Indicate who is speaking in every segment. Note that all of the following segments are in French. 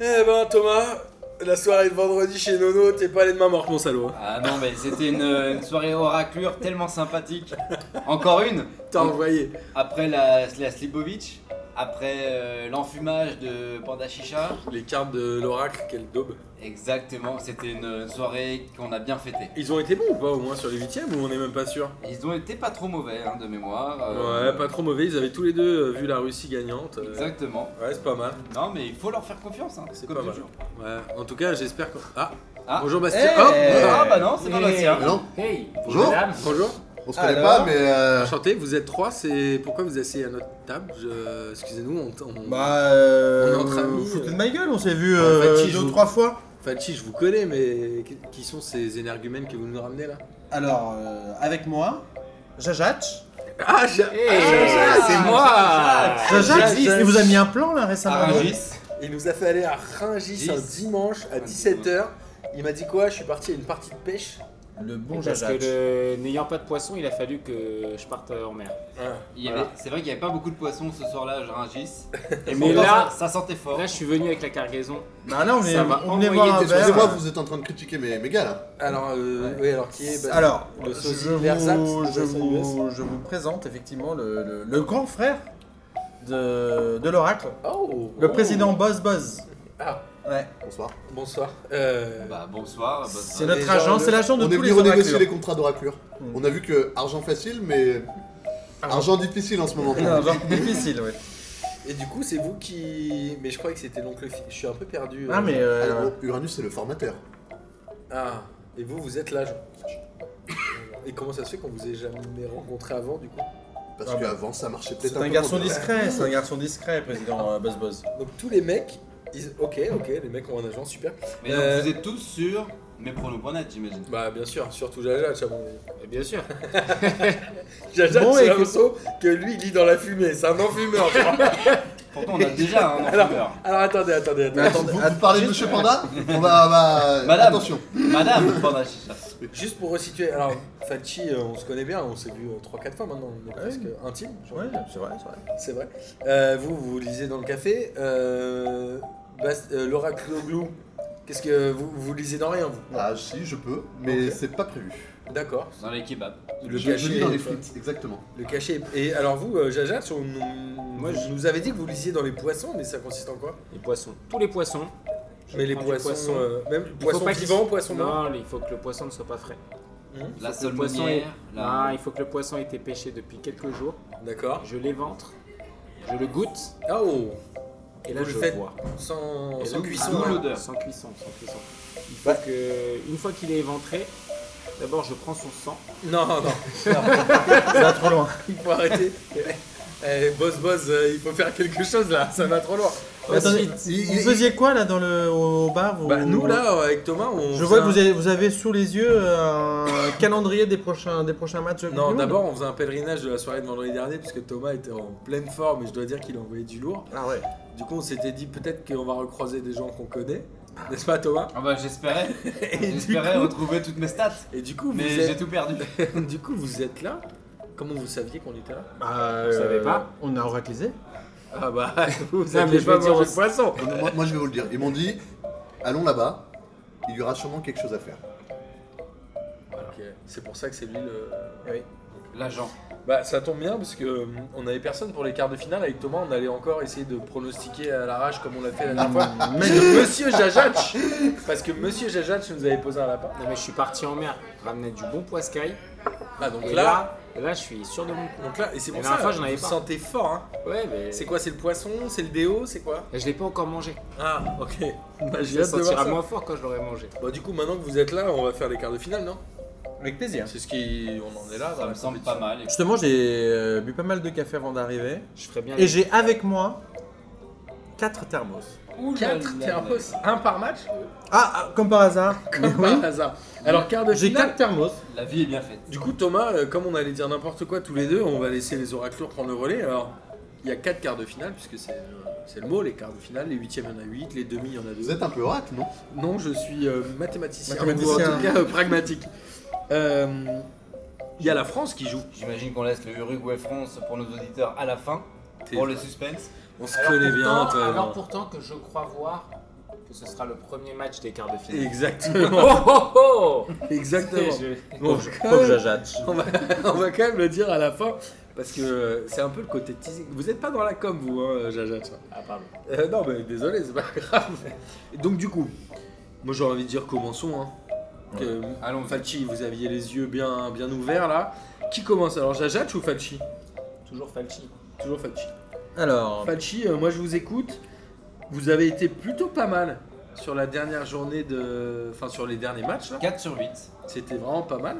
Speaker 1: Eh ben Thomas, la soirée de vendredi chez Nono, t'es pas allé de main morte mon salaud.
Speaker 2: Ah non, mais c'était une, une soirée oraclure tellement sympathique. Encore une
Speaker 1: T'as envoyé.
Speaker 2: Après la, la Slipovic, après euh, l'enfumage de Panda Chicha.
Speaker 1: Les cartes de l'oracle, quelle daube.
Speaker 2: Exactement, c'était une, une soirée qu'on a bien fêtée.
Speaker 1: Ils ont été bons ou pas au moins sur les huitièmes ou on est même pas sûr
Speaker 2: Ils ont été pas trop mauvais hein, de mémoire. euh,
Speaker 1: Ouais, pas trop mauvais, ils avaient tous les deux euh, vu la Russie gagnante. euh,
Speaker 2: Exactement.
Speaker 1: Ouais, c'est pas mal.
Speaker 2: Non, mais il faut leur faire confiance, hein,
Speaker 1: C'est
Speaker 2: comme
Speaker 1: pas mal.
Speaker 2: toujours.
Speaker 1: Ouais, en tout cas, j'espère que. Ah,
Speaker 2: Ah.
Speaker 1: Bonjour,
Speaker 2: Eh,
Speaker 1: Bastien.
Speaker 2: Ah
Speaker 1: Hop
Speaker 2: bah non, c'est pas
Speaker 3: Eh,
Speaker 2: Bastien.
Speaker 4: Mais non,
Speaker 3: Hey,
Speaker 4: Bonjour.
Speaker 3: madame.
Speaker 1: Bonjour.
Speaker 4: on se connaît
Speaker 5: Ah,
Speaker 2: Alors
Speaker 4: pas, mais. euh,
Speaker 1: Enchanté, vous êtes trois, c'est pourquoi vous êtes assis à notre table Je- Excusez-nous, on, on...
Speaker 5: Bah, euh,
Speaker 1: On est entre amis,
Speaker 5: vous foutez
Speaker 1: euh.
Speaker 5: de ma gueule, on s'est vu
Speaker 1: En
Speaker 5: euh,
Speaker 1: fait, qui
Speaker 5: deux
Speaker 1: joue
Speaker 5: ou trois fois.
Speaker 1: Falchi, je vous connais, mais qui- qui sont ces énergumènes que vous nous ramenez là
Speaker 5: Alors, euh, avec moi, Jajach.
Speaker 1: Ah, j'ai-
Speaker 2: Eh,
Speaker 3: Hey,
Speaker 1: Ah,
Speaker 3: Eh, c'est moi.
Speaker 5: Jajach,
Speaker 1: Jajach.
Speaker 5: il vous a mis un plan là
Speaker 2: Ah,
Speaker 5: récemment.
Speaker 2: Rungis.
Speaker 1: Il nous a fait aller à Ringis un
Speaker 2: Dix.
Speaker 1: dimanche à
Speaker 2: Un
Speaker 1: 17h. Il m'a dit quoi Je suis parti à une partie de pêche.
Speaker 5: Le bon
Speaker 3: Parce que
Speaker 5: Jajach.
Speaker 3: le- n'ayant pas de poisson, il a fallu que je parte euh, en mer.
Speaker 2: Il y avait- C'est vrai qu'il n'y avait pas beaucoup de poissons ce soir-là, je Rungis.
Speaker 3: Et
Speaker 2: Mais
Speaker 3: mais
Speaker 2: là,
Speaker 3: là,
Speaker 2: ça sentait fort.
Speaker 3: là, je suis venu avec la cargaison.
Speaker 5: Bah non, on est,
Speaker 3: Ça va
Speaker 5: on est
Speaker 3: envoyer
Speaker 5: voir un
Speaker 3: des-
Speaker 5: verre.
Speaker 4: Excusez-moi, vous êtes en train de critiquer mes, mes gars là.
Speaker 1: Alors, euh, oui, alors qui est bah,
Speaker 5: Alors,
Speaker 1: Le
Speaker 5: je
Speaker 1: sosie
Speaker 5: vous,
Speaker 1: Versace, le
Speaker 5: je,
Speaker 1: sosie
Speaker 5: vous, je vous présente effectivement le, le- le grand frère de, de l'oracle,
Speaker 1: Oh
Speaker 5: le président Buzz Buzz.
Speaker 1: Ah.
Speaker 5: Ouais.
Speaker 4: Bonsoir.
Speaker 1: Bonsoir. Euh,
Speaker 2: Bah bonsoir. bonsoir.
Speaker 5: C'est
Speaker 1: les
Speaker 5: notre
Speaker 1: gens,
Speaker 5: agent,
Speaker 1: le-
Speaker 5: c'est l'agent de
Speaker 4: On est
Speaker 5: tous les
Speaker 4: venu renégocier les
Speaker 5: oracles.
Speaker 4: contrats d'oraclure.
Speaker 5: Hmm.
Speaker 4: On a vu que argent facile, mais argent difficile en ce moment.
Speaker 5: Non, genre, difficile, ouais.
Speaker 1: Et du coup, c'est vous qui. Mais je croyais que c'était l'oncle. Fi- Je suis un peu perdu. euh.
Speaker 5: Ah, mais.
Speaker 4: Alors,
Speaker 5: euh,
Speaker 4: Uranus, c'est le formateur.
Speaker 1: Ah, et vous, vous êtes l'agent. Et comment ça se fait qu'on vous ait jamais rencontré avant du coup
Speaker 4: Parce
Speaker 5: Ah bah.
Speaker 4: qu'avant, ça marchait peut-être
Speaker 5: C'est
Speaker 4: un,
Speaker 5: un
Speaker 4: peu
Speaker 5: garçon
Speaker 4: moins bien.
Speaker 5: discret, c'est un garçon discret, président euh, Buzz Buzz.
Speaker 1: Donc tous les mecs. Ils... Ok, ok, les mecs ont un agent, super.
Speaker 2: Mais donc,
Speaker 1: Euh,
Speaker 2: vous êtes tous sur mespronos.net, j'imagine.
Speaker 1: Bah, bien sûr, surtout Jaja, à mon avis.
Speaker 3: Et bien sûr.
Speaker 1: Jaja,
Speaker 5: Bon,
Speaker 1: c'est un
Speaker 5: écoute-
Speaker 1: morceau que lui, il lit dans la fumée. C'est un enfumeur, je crois.
Speaker 2: Pourtant, on a déjà un
Speaker 1: Alors-
Speaker 2: enfumeur.
Speaker 1: Alors attendez, attendez, attendez.
Speaker 4: Attends, vous, vous parlez de Monsieur Panda On va. va-
Speaker 2: Madame.
Speaker 4: Attention.
Speaker 2: Madame Panda Chicha.
Speaker 1: Juste pour resituer, alors Fachi, euh, on se connaît bien, on s'est vu 3-4 fois maintenant, on est presque intime.
Speaker 5: Ouais, c'est vrai, c'est vrai.
Speaker 1: C'est vrai. Euh, vous, vous lisez dans le café. Euh, Bast- euh, Laura Cloglou, qu'est-ce que vous, vous lisez dans rien, vous
Speaker 4: Ah, si, je peux, mais
Speaker 1: Ok.
Speaker 4: c'est pas prévu.
Speaker 1: D'accord.
Speaker 2: Dans bah, les kebabs.
Speaker 1: Le
Speaker 4: je, je
Speaker 1: cachet.
Speaker 4: lis dans les frites, exactement.
Speaker 1: Le cachet. Et alors vous, euh, Jaja, sur- nous, Moi, je... nous avez dit que vous lisiez dans les poissons, mais ça consiste en quoi
Speaker 3: Les poissons. Tous les poissons. Je
Speaker 1: Mais les
Speaker 3: prends du
Speaker 1: poissons,
Speaker 3: poisson.
Speaker 1: euh, même
Speaker 3: Il faut
Speaker 1: poissons
Speaker 3: pas qu'il-
Speaker 1: vivants, poissons morts.
Speaker 3: Non, il faut que le poisson ne soit pas frais.
Speaker 2: La
Speaker 3: Le
Speaker 2: seule
Speaker 3: poisson est-
Speaker 2: manière.
Speaker 3: Ah,
Speaker 2: La...
Speaker 3: il faut que le poisson ait été pêché depuis quelques jours.
Speaker 1: D'accord.
Speaker 3: Je l'éventre, je le goûte,
Speaker 1: Ah oh
Speaker 3: et là
Speaker 1: Vous le
Speaker 3: je
Speaker 1: faites
Speaker 3: vois.
Speaker 1: Sans,
Speaker 3: Et
Speaker 1: sans
Speaker 3: là,
Speaker 1: cuisson.
Speaker 2: d'où
Speaker 3: ah,
Speaker 1: hein.
Speaker 2: l'odeur.
Speaker 3: Sans cuisson, sans cuisson. Il faut que, une fois qu'il est éventré, d'abord je prends son sang.
Speaker 1: Non, non, non,
Speaker 5: Ça va trop loin.
Speaker 1: il faut arrêter. Eh, boss, boss, euh, il faut faire quelque chose là, ça va trop loin.
Speaker 5: Attendez,
Speaker 1: Ensuite, il-
Speaker 5: vous
Speaker 1: il-
Speaker 5: faisiez quoi là dans le, au bar vous-
Speaker 1: Bah, nous là, avec Thomas, on.
Speaker 5: Je vois que
Speaker 1: faisait
Speaker 5: vous avez, vous avez sous les yeux euh, un calendrier des prochains, des prochains matchs. de
Speaker 1: un-
Speaker 5: Coupe
Speaker 1: Non,
Speaker 5: du Monde.
Speaker 1: d'abord, on faisait un pèlerinage de la soirée de vendredi dernier, puisque Thomas était en pleine forme et je dois dire qu'il a envoyé du lourd.
Speaker 5: Ah ouais.
Speaker 1: Du coup, on s'était dit peut-être qu'on va recroiser des gens qu'on connaît, n'est-ce pas, Thomas
Speaker 2: Ah bah j'espérais.
Speaker 1: et du,
Speaker 2: J'espérais
Speaker 1: coup,
Speaker 2: retrouver toutes mes stats.
Speaker 1: et du coup, vous
Speaker 2: Mais j'ai
Speaker 1: êtes...
Speaker 2: tout perdu.
Speaker 1: du coup, vous êtes là Comment vous saviez qu'on était là
Speaker 5: Bah,
Speaker 3: Vous savez pas
Speaker 5: On a oraclisé.
Speaker 1: Ah bah, vous
Speaker 3: Non, mais
Speaker 1: aviez
Speaker 3: je
Speaker 1: pas
Speaker 3: veux dire
Speaker 1: mangé
Speaker 3: aussi-
Speaker 1: de poisson
Speaker 4: Non, mais moi, moi, je vais vous le dire. Ils m'ont dit allons là-bas, il y aura sûrement quelque chose à faire.
Speaker 1: Ok, c'est pour ça que c'est lui le.
Speaker 5: Eh Oui.
Speaker 2: L'agent.
Speaker 1: Bah ça tombe bien parce que euh, on avait personne pour les quarts de finale avec Thomas, on allait encore essayer de pronostiquer à l'arrache comme on l'a fait la dernière fois. Mais de Monsieur Jajac Parce que Monsieur Jajac nous avait posé un lapin.
Speaker 3: Non mais je suis parti en mer, ramener du bon poiscaille.
Speaker 1: Ah donc
Speaker 3: Et
Speaker 1: là,
Speaker 3: là, là, je suis sûr de mon coup.
Speaker 1: donc là, et c'est pour
Speaker 3: La
Speaker 1: ça
Speaker 3: dernière fois,
Speaker 1: que
Speaker 3: j'en avais pas.
Speaker 1: sentez fort hein.
Speaker 3: Ouais, mais
Speaker 1: C'est quoi c'est le poisson, c'est le déo, c'est quoi
Speaker 3: Je l'ai pas encore mangé.
Speaker 1: Ah ok. Bah
Speaker 3: Je
Speaker 1: j'ai
Speaker 3: le
Speaker 1: hâte de voir
Speaker 3: sentira
Speaker 1: ça.
Speaker 3: moins fort quand je l'aurai mangé.
Speaker 1: Bah du coup maintenant que vous êtes là, on va faire les quarts de finale, non
Speaker 5: Avec plaisir.
Speaker 1: C'est ce qui on en est là. dans
Speaker 2: Ça
Speaker 1: la
Speaker 2: me semble
Speaker 1: compétition.
Speaker 2: pas mal.
Speaker 5: Justement, j'ai euh, bu pas mal de café avant d'arriver.
Speaker 3: Je ferais bien.
Speaker 5: Et j'ai avec moi 4 thermos.
Speaker 2: Ouh là
Speaker 1: Quatre
Speaker 2: là là.
Speaker 1: thermos, un par match
Speaker 5: Ah, ah, comme par hasard.
Speaker 1: Comme
Speaker 5: Mais oui.
Speaker 1: par hasard. Alors quart de
Speaker 5: J'ai
Speaker 1: finale.
Speaker 5: 4 thermos.
Speaker 2: La vie est bien faite.
Speaker 1: Du coup, Thomas, euh, comme on allait dire n'importe quoi tous les deux, on va laisser les oraclures prendre le relais. Alors, il y a 4 quarts de finale, puisque c'est euh, c'est le mot, les quarts de finale. Les huitièmes, il y en a 8. Les demi, il y en a
Speaker 4: Vous
Speaker 1: 2.
Speaker 4: êtes un peu oracle, non
Speaker 1: Non, je suis euh, mathématicien.
Speaker 5: Mathématicien.
Speaker 1: Ou en tout cas, euh, pragmatique. Euh, Il y a la France qui joue.
Speaker 2: J'imagine qu'on laisse le Uruguay-France pour nos auditeurs à la fin. Pour le suspense.
Speaker 1: On se connaît bien,
Speaker 3: pourtant,
Speaker 1: toi.
Speaker 3: alors pourtant que je crois voir que ce sera le premier match des quarts de finale.
Speaker 1: Exactement. Oh, oh, oh. Exactement.
Speaker 3: Je-
Speaker 1: Bon,
Speaker 5: Pauvre Jajach.
Speaker 1: on, va, on va quand même le dire à la fin parce que euh, c'est un peu le côté teasing. Vous n'êtes pas dans la com, vous, hein, Jaja. ça.
Speaker 3: Ah, pardon.
Speaker 1: Euh, non, mais désolé, c'est pas grave. Donc, du coup, moi j'aurais envie de dire commençons. Hein. Donc, euh, allons, Falchi, vous aviez les yeux bien, bien ouverts là. Qui commence alors, Jajach ou Falchi
Speaker 3: Toujours Falchi.
Speaker 1: Toujours Falchi.
Speaker 5: Alors,
Speaker 1: Falchi, euh, moi je vous écoute. Vous avez été plutôt pas mal sur la dernière journée de. Enfin, sur les derniers matchs là.
Speaker 2: 4 sur 8.
Speaker 1: C'était vraiment pas mal.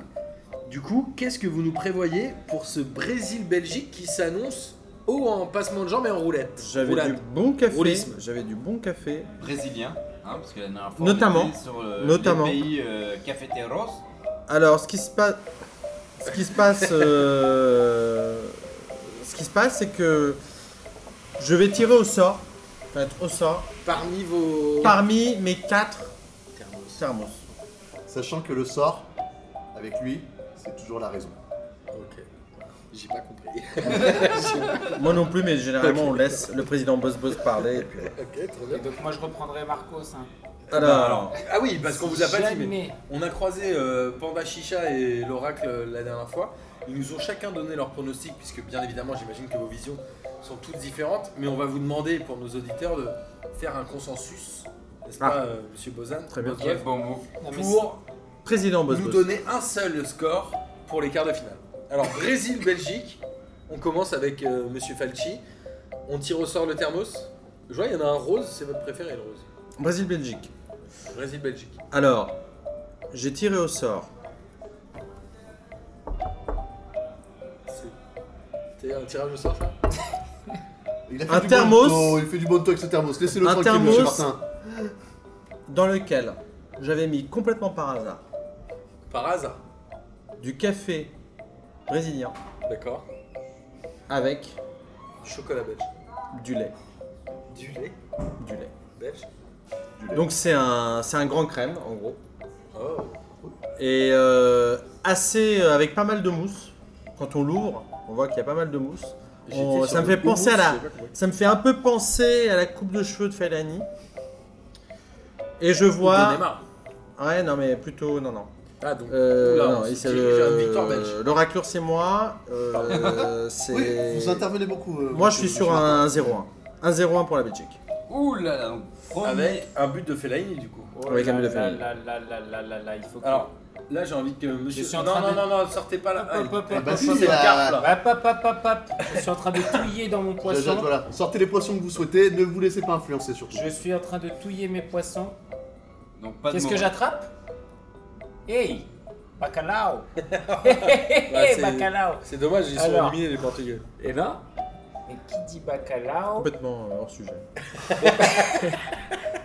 Speaker 1: Du coup, qu'est-ce que vous nous prévoyez pour ce Brésil-Belgique qui s'annonce haut en passement de jambes et en roulette
Speaker 5: j'avais
Speaker 1: Roulade.
Speaker 5: du bon café.
Speaker 1: Roulisme.
Speaker 5: J'avais du bon café.
Speaker 2: Brésilien. hein, parce que la dernière fois,
Speaker 5: Notamment.
Speaker 2: on était sur euh,
Speaker 5: Notamment.
Speaker 2: les pays euh, cafeteros.
Speaker 5: Alors, ce qui se passe, ce qui se passe, euh, ce qui se passe, c'est que je vais tirer au sort, enfin, au sort,
Speaker 1: Parmi vos.
Speaker 5: parmi mes quatre thermos.
Speaker 4: Sachant que le sort, avec lui, c'est toujours la raison.
Speaker 1: Ok. J'ai pas compris.
Speaker 5: Moi non plus, mais généralement on laisse le président Boss Boss parler. et puis voilà.
Speaker 1: ok, trop
Speaker 3: Et donc, moi, je reprendrai Marcos. hein.
Speaker 5: Alors,
Speaker 1: Ah oui, parce qu'on vous a pas dit, mais.
Speaker 3: Jamais.
Speaker 1: On a croisé euh, Panda Chicha et l'Oracle euh, la dernière fois. Ils nous ont chacun donné leur pronostic, puisque bien évidemment, j'imagine que vos visions sont toutes différentes. Mais on va vous demander, pour nos auditeurs, de faire un consensus, n'est-ce
Speaker 5: Ah.
Speaker 1: pas, euh, monsieur Bozan
Speaker 5: Très bien.
Speaker 1: Bozan,
Speaker 2: bon move.
Speaker 3: Non, mais
Speaker 1: Pour
Speaker 5: président Boss
Speaker 1: nous
Speaker 5: Boss.
Speaker 1: donner un seul score pour les quarts de finale. Alors, Brésil-Belgique, on commence avec euh, monsieur Falchi. On tire au sort le thermos. Je vois, il y en a un rose, c'est votre préféré, le rose.
Speaker 5: Brésil Belgique.
Speaker 1: Brésil-Belgique.
Speaker 5: Alors, j'ai tiré au sort.
Speaker 1: C'était un tirage au sort, ça
Speaker 4: Il a
Speaker 5: Un
Speaker 4: du bon
Speaker 5: thermos.
Speaker 4: taux, il fait du bon taux avec ce thermos. Laissez-le
Speaker 5: Un
Speaker 4: tranquille,
Speaker 5: thermos.
Speaker 4: monsieur Martin.
Speaker 5: dans lequel j'avais mis complètement par hasard
Speaker 1: Par hasard.
Speaker 5: du café brésilien
Speaker 1: D'accord.
Speaker 5: avec
Speaker 1: Chocolat belge.
Speaker 5: du lait.
Speaker 1: Du lait
Speaker 5: Du lait.
Speaker 1: belge
Speaker 5: Donc c'est un, c'est un grand crème en gros.
Speaker 1: Oh.
Speaker 5: Et euh, assez euh, avec pas mal de mousse. Quand on l'ouvre, on voit qu'il y a pas mal de mousse. On- Oh, ça me fait penser à la, ça me fait un peu penser à la coupe de cheveux de Felani. Et je vois.
Speaker 1: Neymar.
Speaker 5: Ouais, non mais plutôt non non.
Speaker 1: Ah donc.
Speaker 5: Euh,
Speaker 1: Oula,
Speaker 5: non,
Speaker 1: on
Speaker 5: il-
Speaker 1: se
Speaker 5: euh, c'est
Speaker 1: dirige
Speaker 5: le-
Speaker 1: vers une victoire belge.
Speaker 5: L'oraclure c'est moi. euh, c'est-
Speaker 4: Oui, vous intervenez beaucoup. euh,
Speaker 5: Moi je
Speaker 4: monsieur-
Speaker 5: suis sur
Speaker 4: monsieur Martin.
Speaker 5: un 0-1. Un 0-1 pour la Belgique.
Speaker 2: Ouh là là, donc premier.
Speaker 1: Avec un but de Fellaini du coup.
Speaker 3: Oh
Speaker 5: Avec
Speaker 3: là
Speaker 5: un but de
Speaker 3: là
Speaker 5: Fellaini.
Speaker 3: là là là là là là, il faut que.
Speaker 1: Alors là j'ai envie que monsieur.
Speaker 3: suis en
Speaker 1: non
Speaker 3: train
Speaker 1: non
Speaker 3: de-
Speaker 1: non non sortez pas là.
Speaker 3: Hop,
Speaker 1: Ah,
Speaker 3: hop, hop,
Speaker 1: elle-
Speaker 3: hop,
Speaker 1: elle
Speaker 4: hop,
Speaker 1: joue
Speaker 4: hop,
Speaker 1: ses
Speaker 4: hop.
Speaker 1: cartes, là.
Speaker 3: Hop, hop, hop, hop, hop. Je suis en train de touiller dans mon
Speaker 4: Jacques,
Speaker 3: poisson.
Speaker 4: voilà. Sortez les poissons que vous souhaitez, ne vous laissez pas influencer surtout.
Speaker 3: Je suis en train de touiller mes poissons.
Speaker 2: Donc pas de
Speaker 3: Qu'est-ce que
Speaker 2: mauvais.
Speaker 3: j'attrape Hey Bacalao
Speaker 1: Bah,
Speaker 3: Hey
Speaker 1: c'est-
Speaker 3: Bacalao
Speaker 1: C'est dommage ils sont
Speaker 3: Alors.
Speaker 1: éliminés les Portugais.
Speaker 3: Et là Mais qui dit
Speaker 4: Oh.
Speaker 3: bacalao
Speaker 5: Complètement euh, hors sujet.
Speaker 3: Mais non,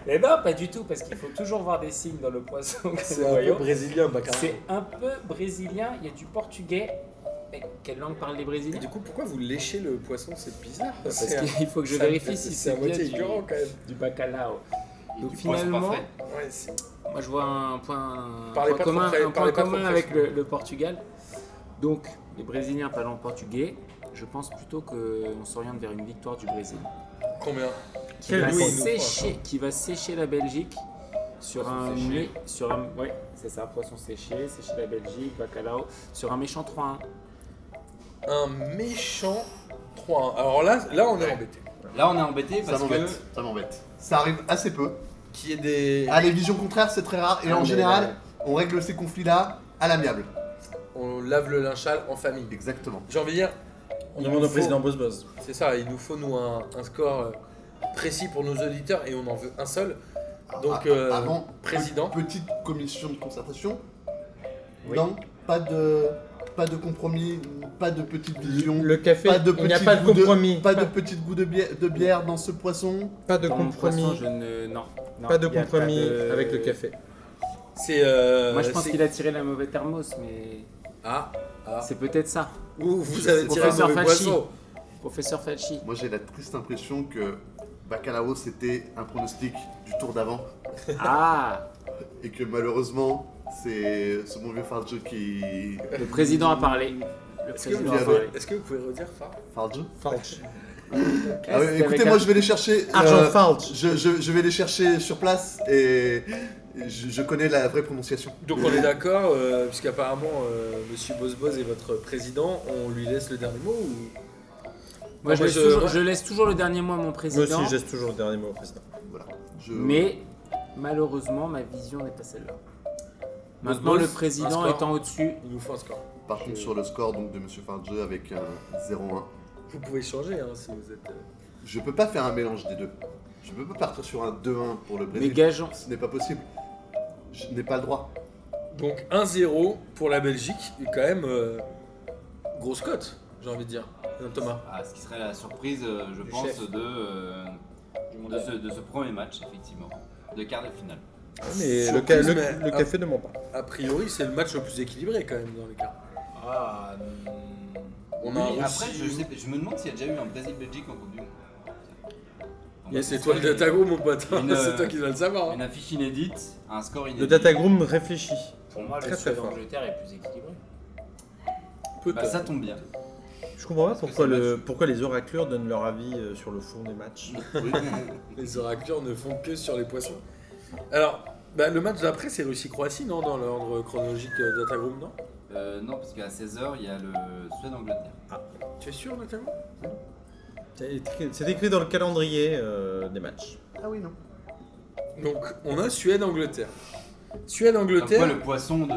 Speaker 3: Eh ben, pas du tout, parce qu'il faut toujours voir des signes dans le poisson. que
Speaker 1: C'est un
Speaker 3: nous
Speaker 1: peu
Speaker 3: voyons.
Speaker 1: brésilien bah, Bacalao.
Speaker 3: C'est un peu brésilien, il y a du portugais. Mais quelle langue parlent les
Speaker 1: Et
Speaker 3: Brésiliens
Speaker 1: Du coup pourquoi vous léchez le poisson c'est bizarre.
Speaker 3: Parce
Speaker 1: C'est un-
Speaker 3: qu'il faut que je
Speaker 1: ça-
Speaker 3: vérifie si
Speaker 1: c'est
Speaker 3: c'est
Speaker 1: à
Speaker 3: bien
Speaker 1: moitié
Speaker 3: du,
Speaker 1: écœurant quand même.
Speaker 3: du bacalao.
Speaker 2: Et
Speaker 3: Donc
Speaker 2: du poisson pas
Speaker 3: finalement,
Speaker 2: frais.
Speaker 1: Ouais, c'est-
Speaker 3: Moi, je vois un point, un
Speaker 1: Parlez
Speaker 3: point
Speaker 1: pas trop
Speaker 3: commun,
Speaker 1: près,
Speaker 3: un
Speaker 1: parlez
Speaker 3: point
Speaker 1: pas trop
Speaker 3: commun
Speaker 1: près,
Speaker 3: avec
Speaker 1: sinon.
Speaker 3: le, le Portugal. Donc, les Brésiliens parlant portugais, je pense plutôt qu'on s'oriente vers une victoire du Brésil.
Speaker 1: Combien
Speaker 3: Qui
Speaker 5: Quel
Speaker 3: va,
Speaker 5: oui, il nous
Speaker 1: faut,
Speaker 3: sécher, qui va sécher la Belgique sur
Speaker 2: Poisson
Speaker 3: un,
Speaker 2: séché.
Speaker 3: mé- sur un. Ouais, c'est ça, poisson séché, sécher la Belgique, bacalao, sur un méchant 3-1.
Speaker 1: Un méchant 3-1. Alors là là on est embêté.
Speaker 2: Là on est embêté
Speaker 4: Ça
Speaker 2: parce que
Speaker 4: m'embête. Ça m'embête. Ça arrive assez peu.
Speaker 1: Qui est des.
Speaker 4: Ah, les visions contraires, c'est très rare. Et
Speaker 5: Ah,
Speaker 4: en
Speaker 5: mais
Speaker 4: général,
Speaker 3: Euh,
Speaker 5: là-
Speaker 4: on règle ces conflits-là à l'amiable.
Speaker 1: On lave le linge sale en famille.
Speaker 4: Exactement.
Speaker 1: J'ai envie de dire.
Speaker 5: On
Speaker 1: il
Speaker 5: demande
Speaker 1: nous
Speaker 5: au
Speaker 1: faut-
Speaker 5: président Boss Boss.
Speaker 1: C'est ça, il nous faut nous un, un score euh, précis pour nos auditeurs et on en veut un seul. Donc,
Speaker 4: A-
Speaker 1: euh,
Speaker 4: avant,
Speaker 1: président.
Speaker 4: pe- petite commission de concertation.
Speaker 3: Oui.
Speaker 4: Non, pas de, pas de compromis, pas de petite vision.
Speaker 5: Le café,
Speaker 4: Pas de
Speaker 5: il n'y a
Speaker 4: petit
Speaker 5: pas de
Speaker 4: goût de-
Speaker 5: compromis.
Speaker 4: Pas de petit goût de bière, de bière dans ce poisson.
Speaker 5: pas de
Speaker 3: Dans mon poisson,
Speaker 5: compromis.
Speaker 3: je ne. Non. non,
Speaker 5: Pas de
Speaker 3: il y a
Speaker 5: compromis
Speaker 3: de-
Speaker 5: avec le café.
Speaker 1: C'est. euh,
Speaker 3: Moi, je pense
Speaker 1: c'est-
Speaker 3: qu'il a tiré la mauvaise thermos, mais
Speaker 1: Ah, ah.
Speaker 3: c'est peut-être ça.
Speaker 1: Ouh, vous avez tiré
Speaker 3: Professeur
Speaker 1: sur le
Speaker 3: Falchi.
Speaker 1: poisson.
Speaker 3: Professeur Falchi.
Speaker 4: Moi, j'ai la triste impression que Bacalao, c'était un pronostic du tour d'avant.
Speaker 3: Ah
Speaker 4: Et que malheureusement, c'est ce bon vieux Farjo qui.
Speaker 3: Le président a parlé. Le
Speaker 1: Est-ce que,
Speaker 3: président
Speaker 1: vous
Speaker 3: a
Speaker 1: avez-
Speaker 3: parlé.
Speaker 1: est-ce que vous pouvez redire ça
Speaker 5: Euh,
Speaker 4: Farjo Ah oui, écoutez, moi je vais les chercher. euh,
Speaker 5: Argent Falch.
Speaker 4: je, je- je vais les chercher sur place et je, je connais la vraie prononciation.
Speaker 1: Donc on est d'accord, euh, puisqu'apparemment euh, Monsieur Bosboz est votre président, on lui laisse le dernier mot ou
Speaker 3: Moi, je,
Speaker 1: Moi,
Speaker 3: laisse
Speaker 1: je-
Speaker 3: toujours,
Speaker 1: moi-
Speaker 3: je laisse toujours le dernier mot à mon
Speaker 5: Moi
Speaker 3: président.
Speaker 5: aussi, j'ai toujours le dernier mot au président.
Speaker 4: Voilà. Je-
Speaker 3: Mais malheureusement, ma vision n'est pas celle-là. Maintenant,
Speaker 1: Buzz,
Speaker 3: le
Speaker 1: un
Speaker 3: président
Speaker 1: score.
Speaker 3: étant au-dessus,
Speaker 1: il nous faut un score
Speaker 4: Par contre, sur le score donc, de Monsieur Farge avec un 0-1,
Speaker 1: Vous pouvez changer hein, si vous êtes. euh,
Speaker 4: je peux pas faire un mélange des deux. Je peux pas partir sur un 2-1 pour le
Speaker 3: mais
Speaker 4: Brésil.
Speaker 3: gageons.
Speaker 4: Ce n'est pas possible. Je n'ai pas le droit.
Speaker 1: Donc 1-0 pour la Belgique, et quand même euh, grosse cote, j'ai envie de dire. Hein, Thomas.
Speaker 2: Ah, ce qui serait la surprise, euh, je
Speaker 1: Du
Speaker 2: pense,
Speaker 1: chef.
Speaker 2: de, euh, de, ce, de ce premier match, effectivement, de quart de finale.
Speaker 5: Ah, Mais le,
Speaker 1: Surprise,
Speaker 5: ca- le-
Speaker 1: mais-
Speaker 5: le café ne ment pas.
Speaker 1: A priori, c'est le match le plus équilibré quand même dans les cas.
Speaker 2: Ah,
Speaker 1: On a un
Speaker 2: après,
Speaker 1: Russie-
Speaker 2: je, sais- je me demande s'il y a déjà eu un Brésil-Belgique en Coupe du Monde.
Speaker 1: Il y a
Speaker 2: C'est
Speaker 1: ces toiles de Tago, mon pote. hein,
Speaker 2: Une, euh,
Speaker 1: c'est toi qui dois le savoir. hein.
Speaker 2: Une affiche inédite, un score inédit.
Speaker 5: Le Datagroom réfléchit.
Speaker 3: Pour moi,
Speaker 5: le Très, très Suède- fort.
Speaker 3: est plus équilibré.
Speaker 2: Bah,
Speaker 1: Peut-être.
Speaker 2: ça tombe bien.
Speaker 5: Je comprends pas
Speaker 2: Parce que
Speaker 5: pourquoi,
Speaker 2: c'est le
Speaker 5: le,
Speaker 2: match.
Speaker 5: pourquoi les oracleurs donnent leur avis euh, sur le fond des matchs.
Speaker 1: Les oracleurs ne font que sur les poissons. Alors, bah, le match d'après, c'est Russie-Croatie, non Dans l'ordre chronologique euh, d'Atagroup, non
Speaker 2: Euh, non, parce qu'à 16h, il y a le Suède-Angleterre.
Speaker 1: Tu es sûr, Nathalie
Speaker 5: C'est écrit- c'est écrit dans le calendrier euh, des matchs.
Speaker 4: Ah oui, non.
Speaker 1: Donc, on a Suède-Angleterre.
Speaker 2: Comme quoi,
Speaker 1: Suède-Angleterre,
Speaker 2: le poisson de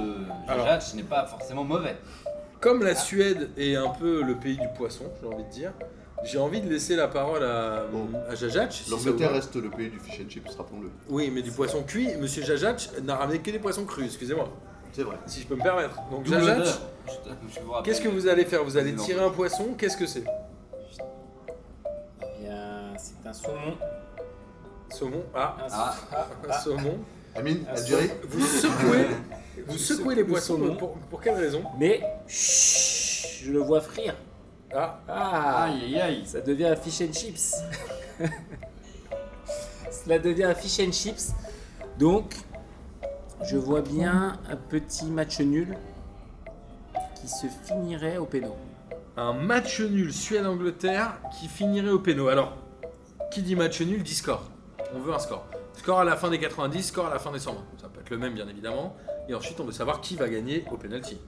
Speaker 1: Alors.
Speaker 2: Jajach n'est pas forcément mauvais.
Speaker 1: comme la Suède est un peu le pays du poisson, j'ai envie de dire, j'ai envie de laisser la parole à,
Speaker 4: Bon.
Speaker 1: à Jajac. si ça vous
Speaker 4: L'Angleterre
Speaker 1: va.
Speaker 4: reste le pays du fish and chips, rappelons-le.
Speaker 1: Oui, mais du poisson cuit, Monsieur Jajac n'a ramené que des poissons crus, excusez-moi,
Speaker 4: C'est vrai.
Speaker 1: si je peux me permettre. Donc,
Speaker 2: D'où
Speaker 1: Jajac,
Speaker 2: l'odeur. Je- je vous rappelle.
Speaker 1: qu'est-ce que vous allez faire Vous allez
Speaker 2: Non.
Speaker 1: tirer un poisson, qu'est-ce que c'est
Speaker 3: Bien, c'est un saumon.
Speaker 1: Saumon, ah,
Speaker 3: Un
Speaker 2: Ah,
Speaker 1: un saumon.
Speaker 4: Amine,
Speaker 3: Ah,
Speaker 4: Algérie
Speaker 1: Vous secouez, vous secouez les
Speaker 3: Nous
Speaker 1: poissons,
Speaker 3: saumons.
Speaker 1: pour, pour quelle raison
Speaker 3: Mais chut, je le vois frire.
Speaker 1: Ah,
Speaker 3: Ah,
Speaker 2: aïe aïe aïe.
Speaker 3: ça devient un fish and chips. Cela devient un fish and chips. Donc, je vois bien un petit match nul qui se finirait au péno.
Speaker 1: un match nul Suède-Angleterre qui finirait au péno. Alors, qui dit match nul dit score. On veut un score. Score à la fin des 90, score à la fin des 120. Ça peut être le même, bien évidemment. Et ensuite, on veut savoir qui va gagner au penalty.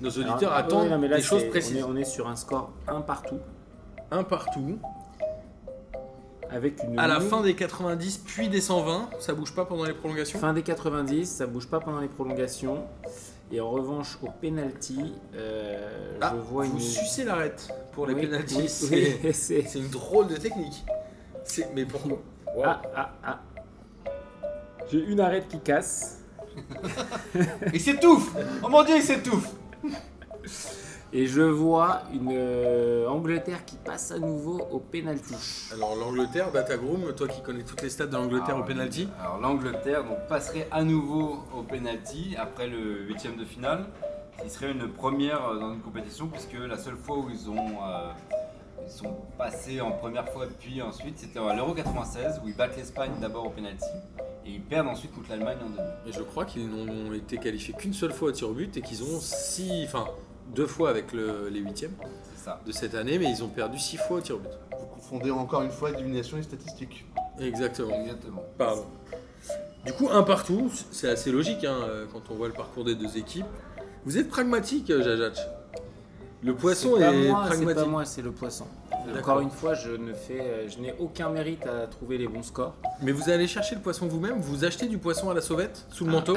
Speaker 1: Nos auditeurs
Speaker 3: Alors,
Speaker 1: attendent
Speaker 3: ouais, Ah, non, mais là,
Speaker 1: des choses
Speaker 3: c'est-
Speaker 1: précises.
Speaker 3: On est, on est sur un score un partout
Speaker 1: Un partout.
Speaker 3: avec une
Speaker 1: À la
Speaker 3: longue-
Speaker 1: fin des 90, puis des 120. Ça bouge pas pendant les prolongations
Speaker 3: fin des 90, ça bouge pas pendant les prolongations. Et en revanche, au penalty, euh,
Speaker 1: Ah,
Speaker 3: je vois
Speaker 1: vous
Speaker 3: une
Speaker 1: sucez l'arête pour les
Speaker 3: Oui,
Speaker 1: penalties.
Speaker 3: oui,
Speaker 1: C'est-
Speaker 3: oui, c'est-
Speaker 1: C'est une drôle de technique. C'est mais pourquoi
Speaker 3: Ah, ah, ah. J'ai une arête qui casse.
Speaker 2: Il s'étouffe Oh mon dieu, il s'étouffe
Speaker 3: Et je vois une euh, Angleterre qui passe à nouveau au penalty.
Speaker 1: Alors l'Angleterre, Datagroom, toi qui connais toutes les stats de l'Angleterre
Speaker 3: Ah,
Speaker 1: au
Speaker 2: Alors,
Speaker 1: penalty,
Speaker 2: Alors l'Angleterre donc passerait à nouveau au penalty après le huitième de finale. Ce qui serait une première euh, dans une compétition puisque la seule fois où ils ont euh, ils sont passés en première fois puis ensuite c'était à l'Euro 96 où ils battent l'Espagne d'abord au penalty et ils perdent ensuite contre l'Allemagne en demi.
Speaker 1: et je crois qu'ils n'ont été qualifiés qu'une seule fois au tir au but et qu'ils ont six, enfin deux fois avec le- les huitièmes
Speaker 2: C'est ça.
Speaker 1: de cette année, mais ils ont perdu six fois au tir au but.
Speaker 4: Vous confondez encore une fois divination et statistique.
Speaker 1: Exactement.
Speaker 2: Exactement.
Speaker 1: Pardon. Du coup, un partout, c'est assez logique hein, euh, quand on voit le parcours des deux équipes. Vous êtes pragmatique, euh, Jajac. Le poisson
Speaker 3: C'est pas
Speaker 1: est,
Speaker 3: moi, C'est pas
Speaker 1: pragmatique.
Speaker 3: moi, c'est le poisson. Encore
Speaker 1: D'accord.
Speaker 3: une fois, je ne fais, euh, je n'ai aucun mérite à trouver les bons scores.
Speaker 1: Mais vous allez chercher le poisson vous-même Vous achetez du poisson à la sauvette sous le manteau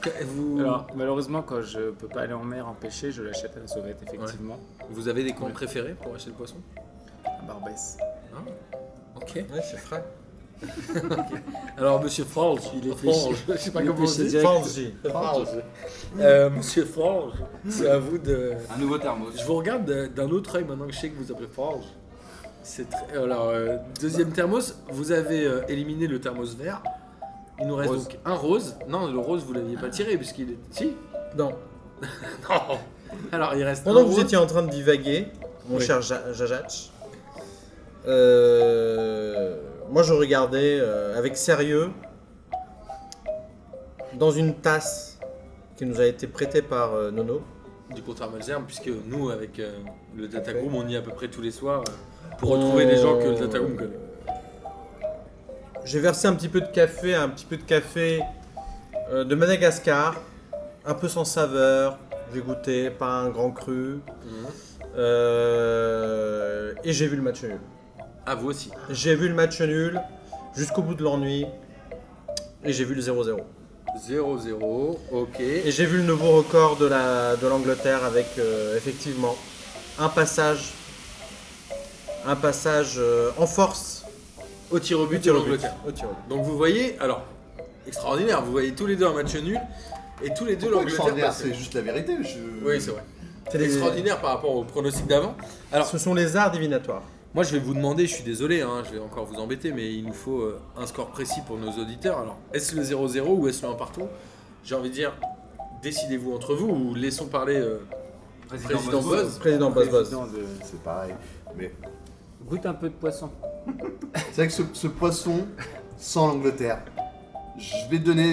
Speaker 1: Que- vous...
Speaker 3: Ah. Alors, malheureusement, quand je peux pas aller en mer en pêcher, je l'achète à la sauvette, effectivement.
Speaker 1: vous avez des camps préférés pour acheter le poisson
Speaker 3: À Barbès.
Speaker 1: Ok.
Speaker 5: Ouais, c'est frais.
Speaker 1: Alors, monsieur Forge, il est Forge, je sais pas
Speaker 3: il est
Speaker 1: comment on
Speaker 3: pêché
Speaker 1: dit.
Speaker 3: direct.
Speaker 5: Forgy.
Speaker 1: Forge. Euh, monsieur Forge, c'est à vous de.
Speaker 2: Un nouveau thermos.
Speaker 1: Je vous regarde de- d'un autre œil maintenant que je sais que vous appelez Forge. C'est très. Alors, euh, deuxième thermos, vous avez euh, éliminé le thermos vert. Il nous reste
Speaker 3: Rose.
Speaker 1: donc un rose. Non, le rose, vous l'aviez pas tiré puisqu'il est. Si
Speaker 5: Non.
Speaker 1: Non Alors, il reste un
Speaker 5: Pendant que vous
Speaker 1: rose.
Speaker 5: étiez en train de divaguer, mon
Speaker 1: Oui.
Speaker 5: cher Ja- Jajach, euh, moi je regardais euh, avec sérieux dans une tasse qui nous a été prêtée par euh, Nono.
Speaker 1: du comptoir Malzerbe, puisque nous, avec euh, le Datagroom, on y est à peu près tous les soirs. euh, Pour retrouver des gens que le
Speaker 5: Euh,
Speaker 1: Data Room connaît.
Speaker 5: J'ai versé un petit peu de café, un petit peu de café euh, de Madagascar, un peu sans saveur. J'ai goûté, pas un grand
Speaker 1: Mhm.
Speaker 5: cru. Euh, et j'ai vu le match nul.
Speaker 1: Ah, vous aussi.
Speaker 5: J'ai vu le match nul jusqu'au bout de l'ennui. Et j'ai vu le 0-0.
Speaker 1: 0-0, ok.
Speaker 5: Et j'ai vu le nouveau record de la de l'Angleterre avec euh, effectivement un passage, un passage euh, en force
Speaker 1: Au tir au but de
Speaker 5: tir au but.
Speaker 1: l'Angleterre.
Speaker 5: Au tir au but.
Speaker 1: Donc vous voyez, alors, extraordinaire, vous voyez tous les deux un match nul et tous les deux
Speaker 4: Pourquoi
Speaker 1: l'Angleterre
Speaker 4: extraordinaire
Speaker 1: passe.
Speaker 4: C'est juste la vérité. je-
Speaker 1: Oui, c'est vrai.
Speaker 5: C'est
Speaker 1: C'est
Speaker 5: des-
Speaker 1: extraordinaire par rapport au pronostic d'avant. Alors,
Speaker 5: Ce sont les arts divinatoires.
Speaker 1: moi je vais vous demander, je suis désolé, hein, je vais encore vous embêter, mais il nous faut euh, un score précis pour nos auditeurs. Alors, est-ce le 0-0 ou est-ce le 1 partout J'ai envie de dire, décidez-vous entre vous ou laissons parler euh, Président Buzz.
Speaker 5: Président Buzz Buzz.
Speaker 2: Président de-
Speaker 4: C'est pareil. Mais
Speaker 3: Goûte un peu de poisson.
Speaker 4: c'est vrai que ce, ce poisson, sans l'Angleterre, je vais donner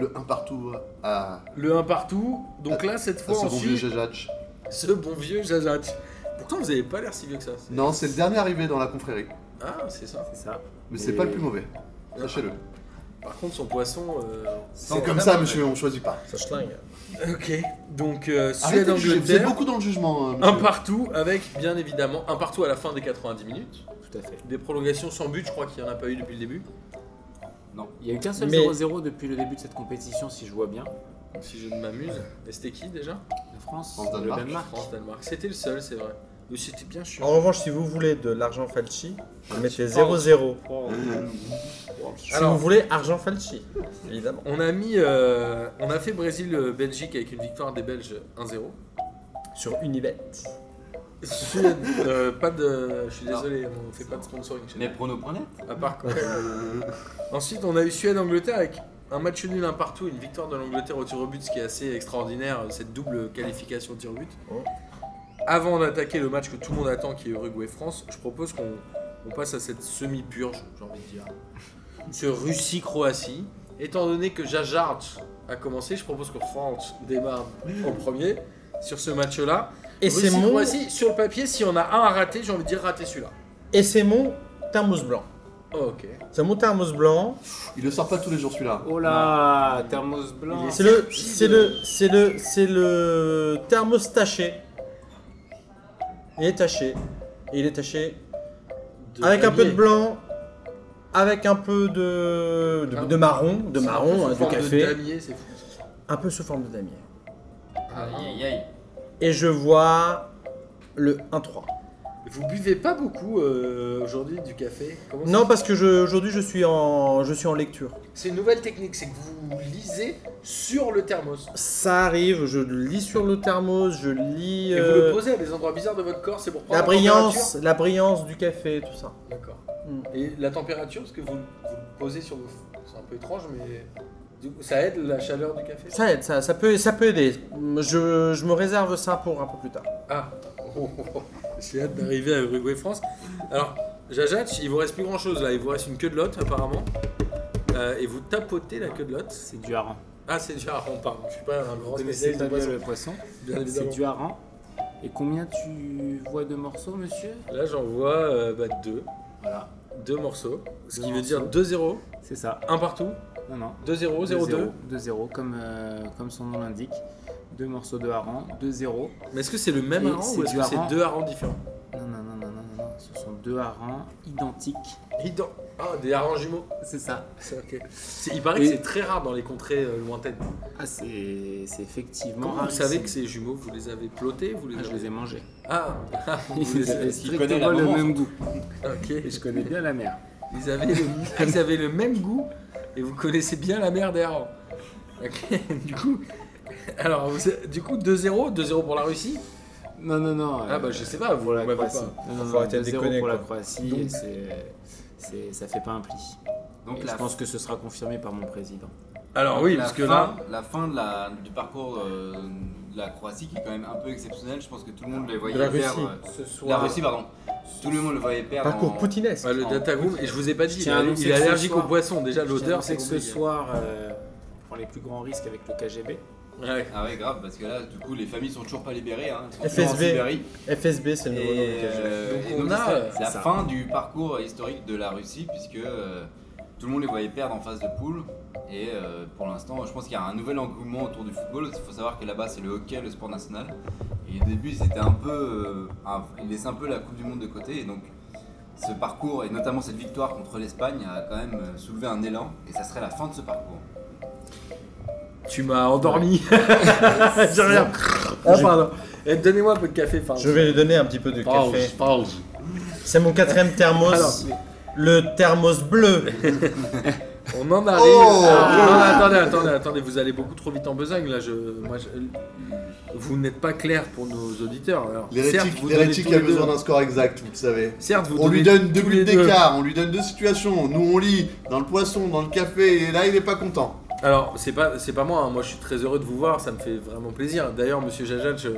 Speaker 4: le 1 partout à
Speaker 1: le 1 partout. Donc là, cette
Speaker 4: à
Speaker 1: fois,
Speaker 4: Ah, ce
Speaker 1: on
Speaker 4: bon vieux
Speaker 1: suit
Speaker 4: Jajach.
Speaker 1: ce bon vieux Jajat. Pourtant, vous n'avez pas l'air si vieux que ça. c'est-
Speaker 4: Non, c'est le dernier arrivé dans la confrérie.
Speaker 1: Ah, c'est ça.
Speaker 3: C'est ça.
Speaker 4: Mais c'est
Speaker 2: Et-
Speaker 4: pas le plus mauvais. Sachez-le.
Speaker 1: Par contre, son poisson. euh,
Speaker 4: C'est comme ça, monsieur, on choisit pas.
Speaker 5: Ça schlingue.
Speaker 1: Ok, donc euh,
Speaker 4: Arrêtez de juger, vous êtes
Speaker 1: Suède-Angleterre,
Speaker 4: beaucoup dans le jugement, euh,
Speaker 1: un
Speaker 4: monsieur.
Speaker 1: partout avec bien évidemment un partout à la fin des 90 minutes,
Speaker 3: Tout à fait.
Speaker 1: des prolongations sans but, je crois qu'il n'y en a pas eu depuis le début,
Speaker 3: Il y a eu qu'un seul
Speaker 5: Mais-
Speaker 3: 0-0 depuis le début de cette compétition, si je vois bien.
Speaker 1: donc si je ne m'amuse. Et c'était qui déjà
Speaker 3: La France,
Speaker 4: France,
Speaker 3: le
Speaker 4: Danemark.
Speaker 3: Danemark.
Speaker 1: France-Danemark, c'était le seul c'est vrai, mais c'était bien sûr.
Speaker 5: En
Speaker 4: Oh.
Speaker 5: revanche, si vous voulez de l'argent falchi, vous mettez 0-0. Si
Speaker 1: Alors-
Speaker 5: vous voulez argent falchi, évidemment.
Speaker 1: On a mis, euh, on a fait Brésil-Belgique avec une victoire des Belges 1-0.
Speaker 5: Sur Unibet.
Speaker 1: Suède, euh, pas de, je suis désolé, on fait pas de sponsoring. chez
Speaker 2: Mais prono.net
Speaker 1: nous. À part quoi. Ensuite, on a eu Suède-Angleterre avec un match nul un partout, une victoire de l'Angleterre au tir au but, ce qui est assez extraordinaire, cette double qualification au tir au but.
Speaker 5: Ouais.
Speaker 1: Avant d'attaquer le match que tout le monde attend, qui est Uruguay-France, je propose qu'on on passe à cette semi-purge, j'ai envie de dire, ce Russie-Croatie. Étant donné que Jajard a commencé, je propose que France démarre en premier sur ce match-là.
Speaker 5: Et c'est mon,
Speaker 1: Russie-Croatie, sur le papier, si on a un à rater, j'ai envie de dire rater celui-là.
Speaker 5: et c'est mon thermos blanc.
Speaker 1: Oh, ok.
Speaker 5: C'est mon thermos blanc.
Speaker 4: Il le sort pas tous les jours, celui-là.
Speaker 3: Oh là, thermos blanc.
Speaker 5: C'est le, c'est le, c'est le, c'est le thermos taché. Il est taché. Et il est taché
Speaker 1: De
Speaker 5: avec un peu de
Speaker 1: panier.
Speaker 5: blanc, avec un peu de, de, de marron, de
Speaker 1: C'est un peu sous
Speaker 5: marron, hein, de
Speaker 1: forme
Speaker 5: café,
Speaker 1: damier, c'est fou.
Speaker 5: un peu sous forme de damier.
Speaker 2: Aïe aïe aïe.
Speaker 5: Et je vois le 1-3.
Speaker 1: Ah. Vous buvez pas beaucoup euh, aujourd'hui du café Comment ça
Speaker 5: Non, bah-
Speaker 1: se-
Speaker 5: parce que je- aujourd'hui je suis en, je suis en lecture.
Speaker 1: C'est une nouvelle technique, c'est que vous lisez sur le thermos.
Speaker 5: Ça arrive, je le lis sur le thermos, je lis
Speaker 1: Et
Speaker 5: euh,
Speaker 1: vous le posez à des endroits bizarres de votre corps, c'est pour prendre
Speaker 5: la brillance,
Speaker 1: température
Speaker 5: la brillance du café, tout ça.
Speaker 1: D'accord.
Speaker 5: Mm.
Speaker 1: Et la température, parce que vous, vous le posez sur vos... C'est un peu étrange, mais du coup, ça aide la chaleur du café
Speaker 5: Ça aide, ça, ça peut, ça peut aider. Je, je me réserve ça pour un peu plus tard.
Speaker 1: Ah Oh, oh, oh. J'ai hâte d'arriver à Uruguay-France. Alors, Jajach, il vous reste plus grand-chose là. Il vous reste une queue de lotte, apparemment. Euh, et vous tapotez la queue de lotte.
Speaker 3: C'est du hareng.
Speaker 1: Ah, c'est déjà... Ah, pardon, je suis pas un grand
Speaker 3: Vous connaissez
Speaker 1: spécialiste
Speaker 3: pas
Speaker 1: de
Speaker 3: bien
Speaker 1: poisson.
Speaker 3: le poisson
Speaker 1: Bien
Speaker 3: C'est
Speaker 1: évidemment.
Speaker 3: du hareng. Et combien tu vois de morceaux, monsieur
Speaker 1: Là, j'en vois euh, bah, deux.
Speaker 3: Voilà,
Speaker 1: Deux morceaux. Ce
Speaker 3: Deux
Speaker 1: qui veut
Speaker 3: morceaux.
Speaker 1: dire 2-0,
Speaker 3: c'est ça.
Speaker 1: 1 partout,
Speaker 3: Non, non.
Speaker 1: 2-0, 0-2.
Speaker 3: 2-0, comme, euh, comme son nom l'indique. Deux morceaux de hareng, 2-0.
Speaker 1: Mais est-ce que c'est le même
Speaker 3: Et
Speaker 1: hareng
Speaker 3: c'est
Speaker 1: ou est-ce
Speaker 3: du
Speaker 1: que c'est
Speaker 3: hareng.
Speaker 1: deux harengs différents
Speaker 3: Non, non, non, non, non, non, non. Ce sont deux harengs identiques.
Speaker 1: Ident- Ah, des harengs jumeaux.
Speaker 3: C'est ça.
Speaker 1: C'est ok. C'est- Il paraît
Speaker 3: Et-
Speaker 1: que c'est très rare dans les contrées euh, lointaines.
Speaker 3: Ah, c'est c'est effectivement.
Speaker 1: Comment vous
Speaker 3: rarissime.
Speaker 1: savez que ces jumeaux, vous les avez plotés vous les
Speaker 3: Ah, je
Speaker 1: avez-
Speaker 3: les ai mangés.
Speaker 1: Ah, vous
Speaker 3: Ils
Speaker 1: les
Speaker 3: avaient
Speaker 1: avez...
Speaker 2: qu'il connaît la
Speaker 3: strictement le
Speaker 2: maman,
Speaker 3: même goût.
Speaker 1: Ok.
Speaker 3: Et je connais bien la mère.
Speaker 1: Ils avaient, le, ils avaient le même goût et vous connaissez bien la mère des harengs. Ok, du coup... Alors, vous- du coup, 2-0, 2-0 pour la Russie
Speaker 3: Non, non, non. euh,
Speaker 1: Ah, bah, je sais pas, vous
Speaker 3: pour la
Speaker 1: m'avez
Speaker 3: Croatie.
Speaker 1: pas.
Speaker 3: Non, non,
Speaker 5: Faut
Speaker 3: non,
Speaker 5: arrêter de
Speaker 3: 2-0
Speaker 5: déconner,
Speaker 3: pour la
Speaker 5: quoi.
Speaker 3: Croatie,
Speaker 5: Donc-
Speaker 3: et c'est- c'est- ça fait pas un pli.
Speaker 2: Donc
Speaker 3: Et
Speaker 2: la
Speaker 3: je pense que ce sera confirmé par mon président.
Speaker 1: Alors oui,
Speaker 2: la
Speaker 1: parce que
Speaker 2: fin,
Speaker 1: là...
Speaker 2: la fin de la- du parcours euh, de la Croatie qui est quand même un peu exceptionnel. Je pense que tout le monde les voyait
Speaker 5: De la
Speaker 2: perdre.
Speaker 5: Russie.
Speaker 2: euh,
Speaker 3: Ce
Speaker 2: La
Speaker 3: soir,
Speaker 2: Russie, pardon. Tout le monde le voyait perdre.
Speaker 5: Parcours
Speaker 1: Ah.
Speaker 2: en-
Speaker 5: poutinesque.
Speaker 1: Ouais, le Datagoom, et je vous ai pas dit,
Speaker 3: Je
Speaker 1: il,
Speaker 3: tiens à
Speaker 1: est-
Speaker 3: annoncer
Speaker 1: il est
Speaker 3: que ce
Speaker 1: allergique
Speaker 3: soir-
Speaker 1: aux poissons. Déjà, l'odeur, c'est
Speaker 3: c'est que ce
Speaker 1: compliqué.
Speaker 3: soir, euh, on prend les plus grands risques avec le KGB.
Speaker 1: Ouais.
Speaker 2: Ah ouais, grave, parce que là, du coup, les familles sont toujours pas libérées. Hein. Elles sont
Speaker 5: FSB.
Speaker 2: toujours en Sibérie.
Speaker 5: FSB, c'est le nouveau nom du
Speaker 2: Et,
Speaker 5: KGB.
Speaker 2: euh,
Speaker 1: Donc
Speaker 2: et
Speaker 1: on
Speaker 2: donc,
Speaker 1: a,
Speaker 2: c'est-
Speaker 1: euh,
Speaker 2: c'est la
Speaker 1: ça.
Speaker 2: fin du parcours historique de la Russie, puisque euh, tout le monde les voyait perdre en phase de poule. Et euh, pour l'instant, je pense qu'il y a un nouvel engouement autour du football. Il faut savoir que là-bas, c'est le hockey, le sport national. Et au début, c'était un peu. euh, un- ils laissaient un peu la Coupe du Monde de côté. Et donc, ce parcours, et notamment cette victoire contre l'Espagne, a quand même euh, soulevé un élan. Et ça serait la fin de ce parcours.
Speaker 1: Tu m'as endormi. J'ai rien. Ah,
Speaker 5: Je-
Speaker 1: pardon. Eh, Donnez-moi un peu de café, pardon. Oh,
Speaker 5: Je vais lui donner un petit peu de
Speaker 1: Pause,
Speaker 5: café.
Speaker 1: pause.
Speaker 5: C'est mon quatrième thermos.
Speaker 1: Alors,
Speaker 5: Le thermos bleu.
Speaker 1: on en arrive.
Speaker 4: Oh
Speaker 1: Ah, non, attendez, attendez, attendez, vous allez beaucoup trop vite en besogne là. Je, moi, je- vous n'êtes pas clair pour nos auditeurs. Alors, certes,
Speaker 4: L'hérétique
Speaker 1: vous
Speaker 4: l'hérétique
Speaker 1: donnez
Speaker 4: a
Speaker 1: tous les
Speaker 4: besoin
Speaker 1: deux-
Speaker 4: d'un score exact, vous le savez.
Speaker 1: Certes, vous
Speaker 4: on lui
Speaker 1: donnez
Speaker 4: donne deux
Speaker 1: tous
Speaker 4: buts
Speaker 1: les deux.
Speaker 4: d'écart, on lui donne deux situations. Nous, on lit dans le poisson, dans le café, et là, il est pas content.
Speaker 1: Alors, c'est pas, c'est pas moi, hein. moi je suis très heureux de vous voir, ça me fait vraiment plaisir. D'ailleurs, monsieur Jajal, je-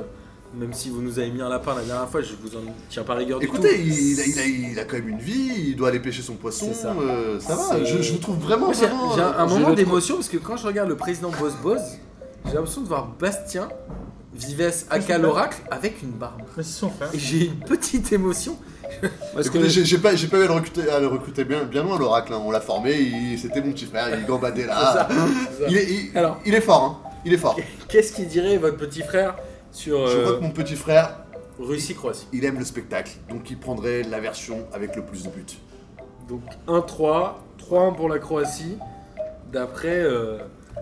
Speaker 1: même si vous nous avez mis un lapin la dernière fois, je vous en tiens pas rigueur
Speaker 4: Écoutez,
Speaker 1: du tout.
Speaker 4: il a, il a- il a quand même une vie, il doit aller pêcher son poisson. euh,
Speaker 1: C'est
Speaker 4: Ça,
Speaker 1: ça.
Speaker 4: va,
Speaker 1: C'est-
Speaker 4: je, je vous trouve vraiment.
Speaker 1: Moi, j'ai,
Speaker 4: vraiment,
Speaker 1: j'ai
Speaker 4: euh,
Speaker 1: un, un
Speaker 4: je
Speaker 1: moment
Speaker 4: le trouve-
Speaker 1: d'émotion parce que quand je regarde le président Boss Boss, j'ai l'impression de voir Bastien Vives aka l'oracle avec une barbe.
Speaker 5: Mais c'est son frère.
Speaker 1: Et j'ai une petite émotion. Parce
Speaker 4: Écoutez, j'ai- j'ai pas, j'ai pas eu à le recruter, à le recruter bien, bien loin, l'oracle. hein. On l'a formé, il- c'était mon petit frère, il gambadait là. Il est, il-
Speaker 1: Alors.
Speaker 4: il est fort, hein. Il est fort.
Speaker 1: Ah. Qu'est-ce qu'il dirait votre petit frère sur
Speaker 4: Je
Speaker 1: euh,
Speaker 4: crois que mon petit frère,
Speaker 1: Russie-Croatie
Speaker 4: il aime le spectacle, donc il prendrait la version avec le plus de buts.
Speaker 1: Donc 1-3, 3-1 pour la Croatie, d'après euh,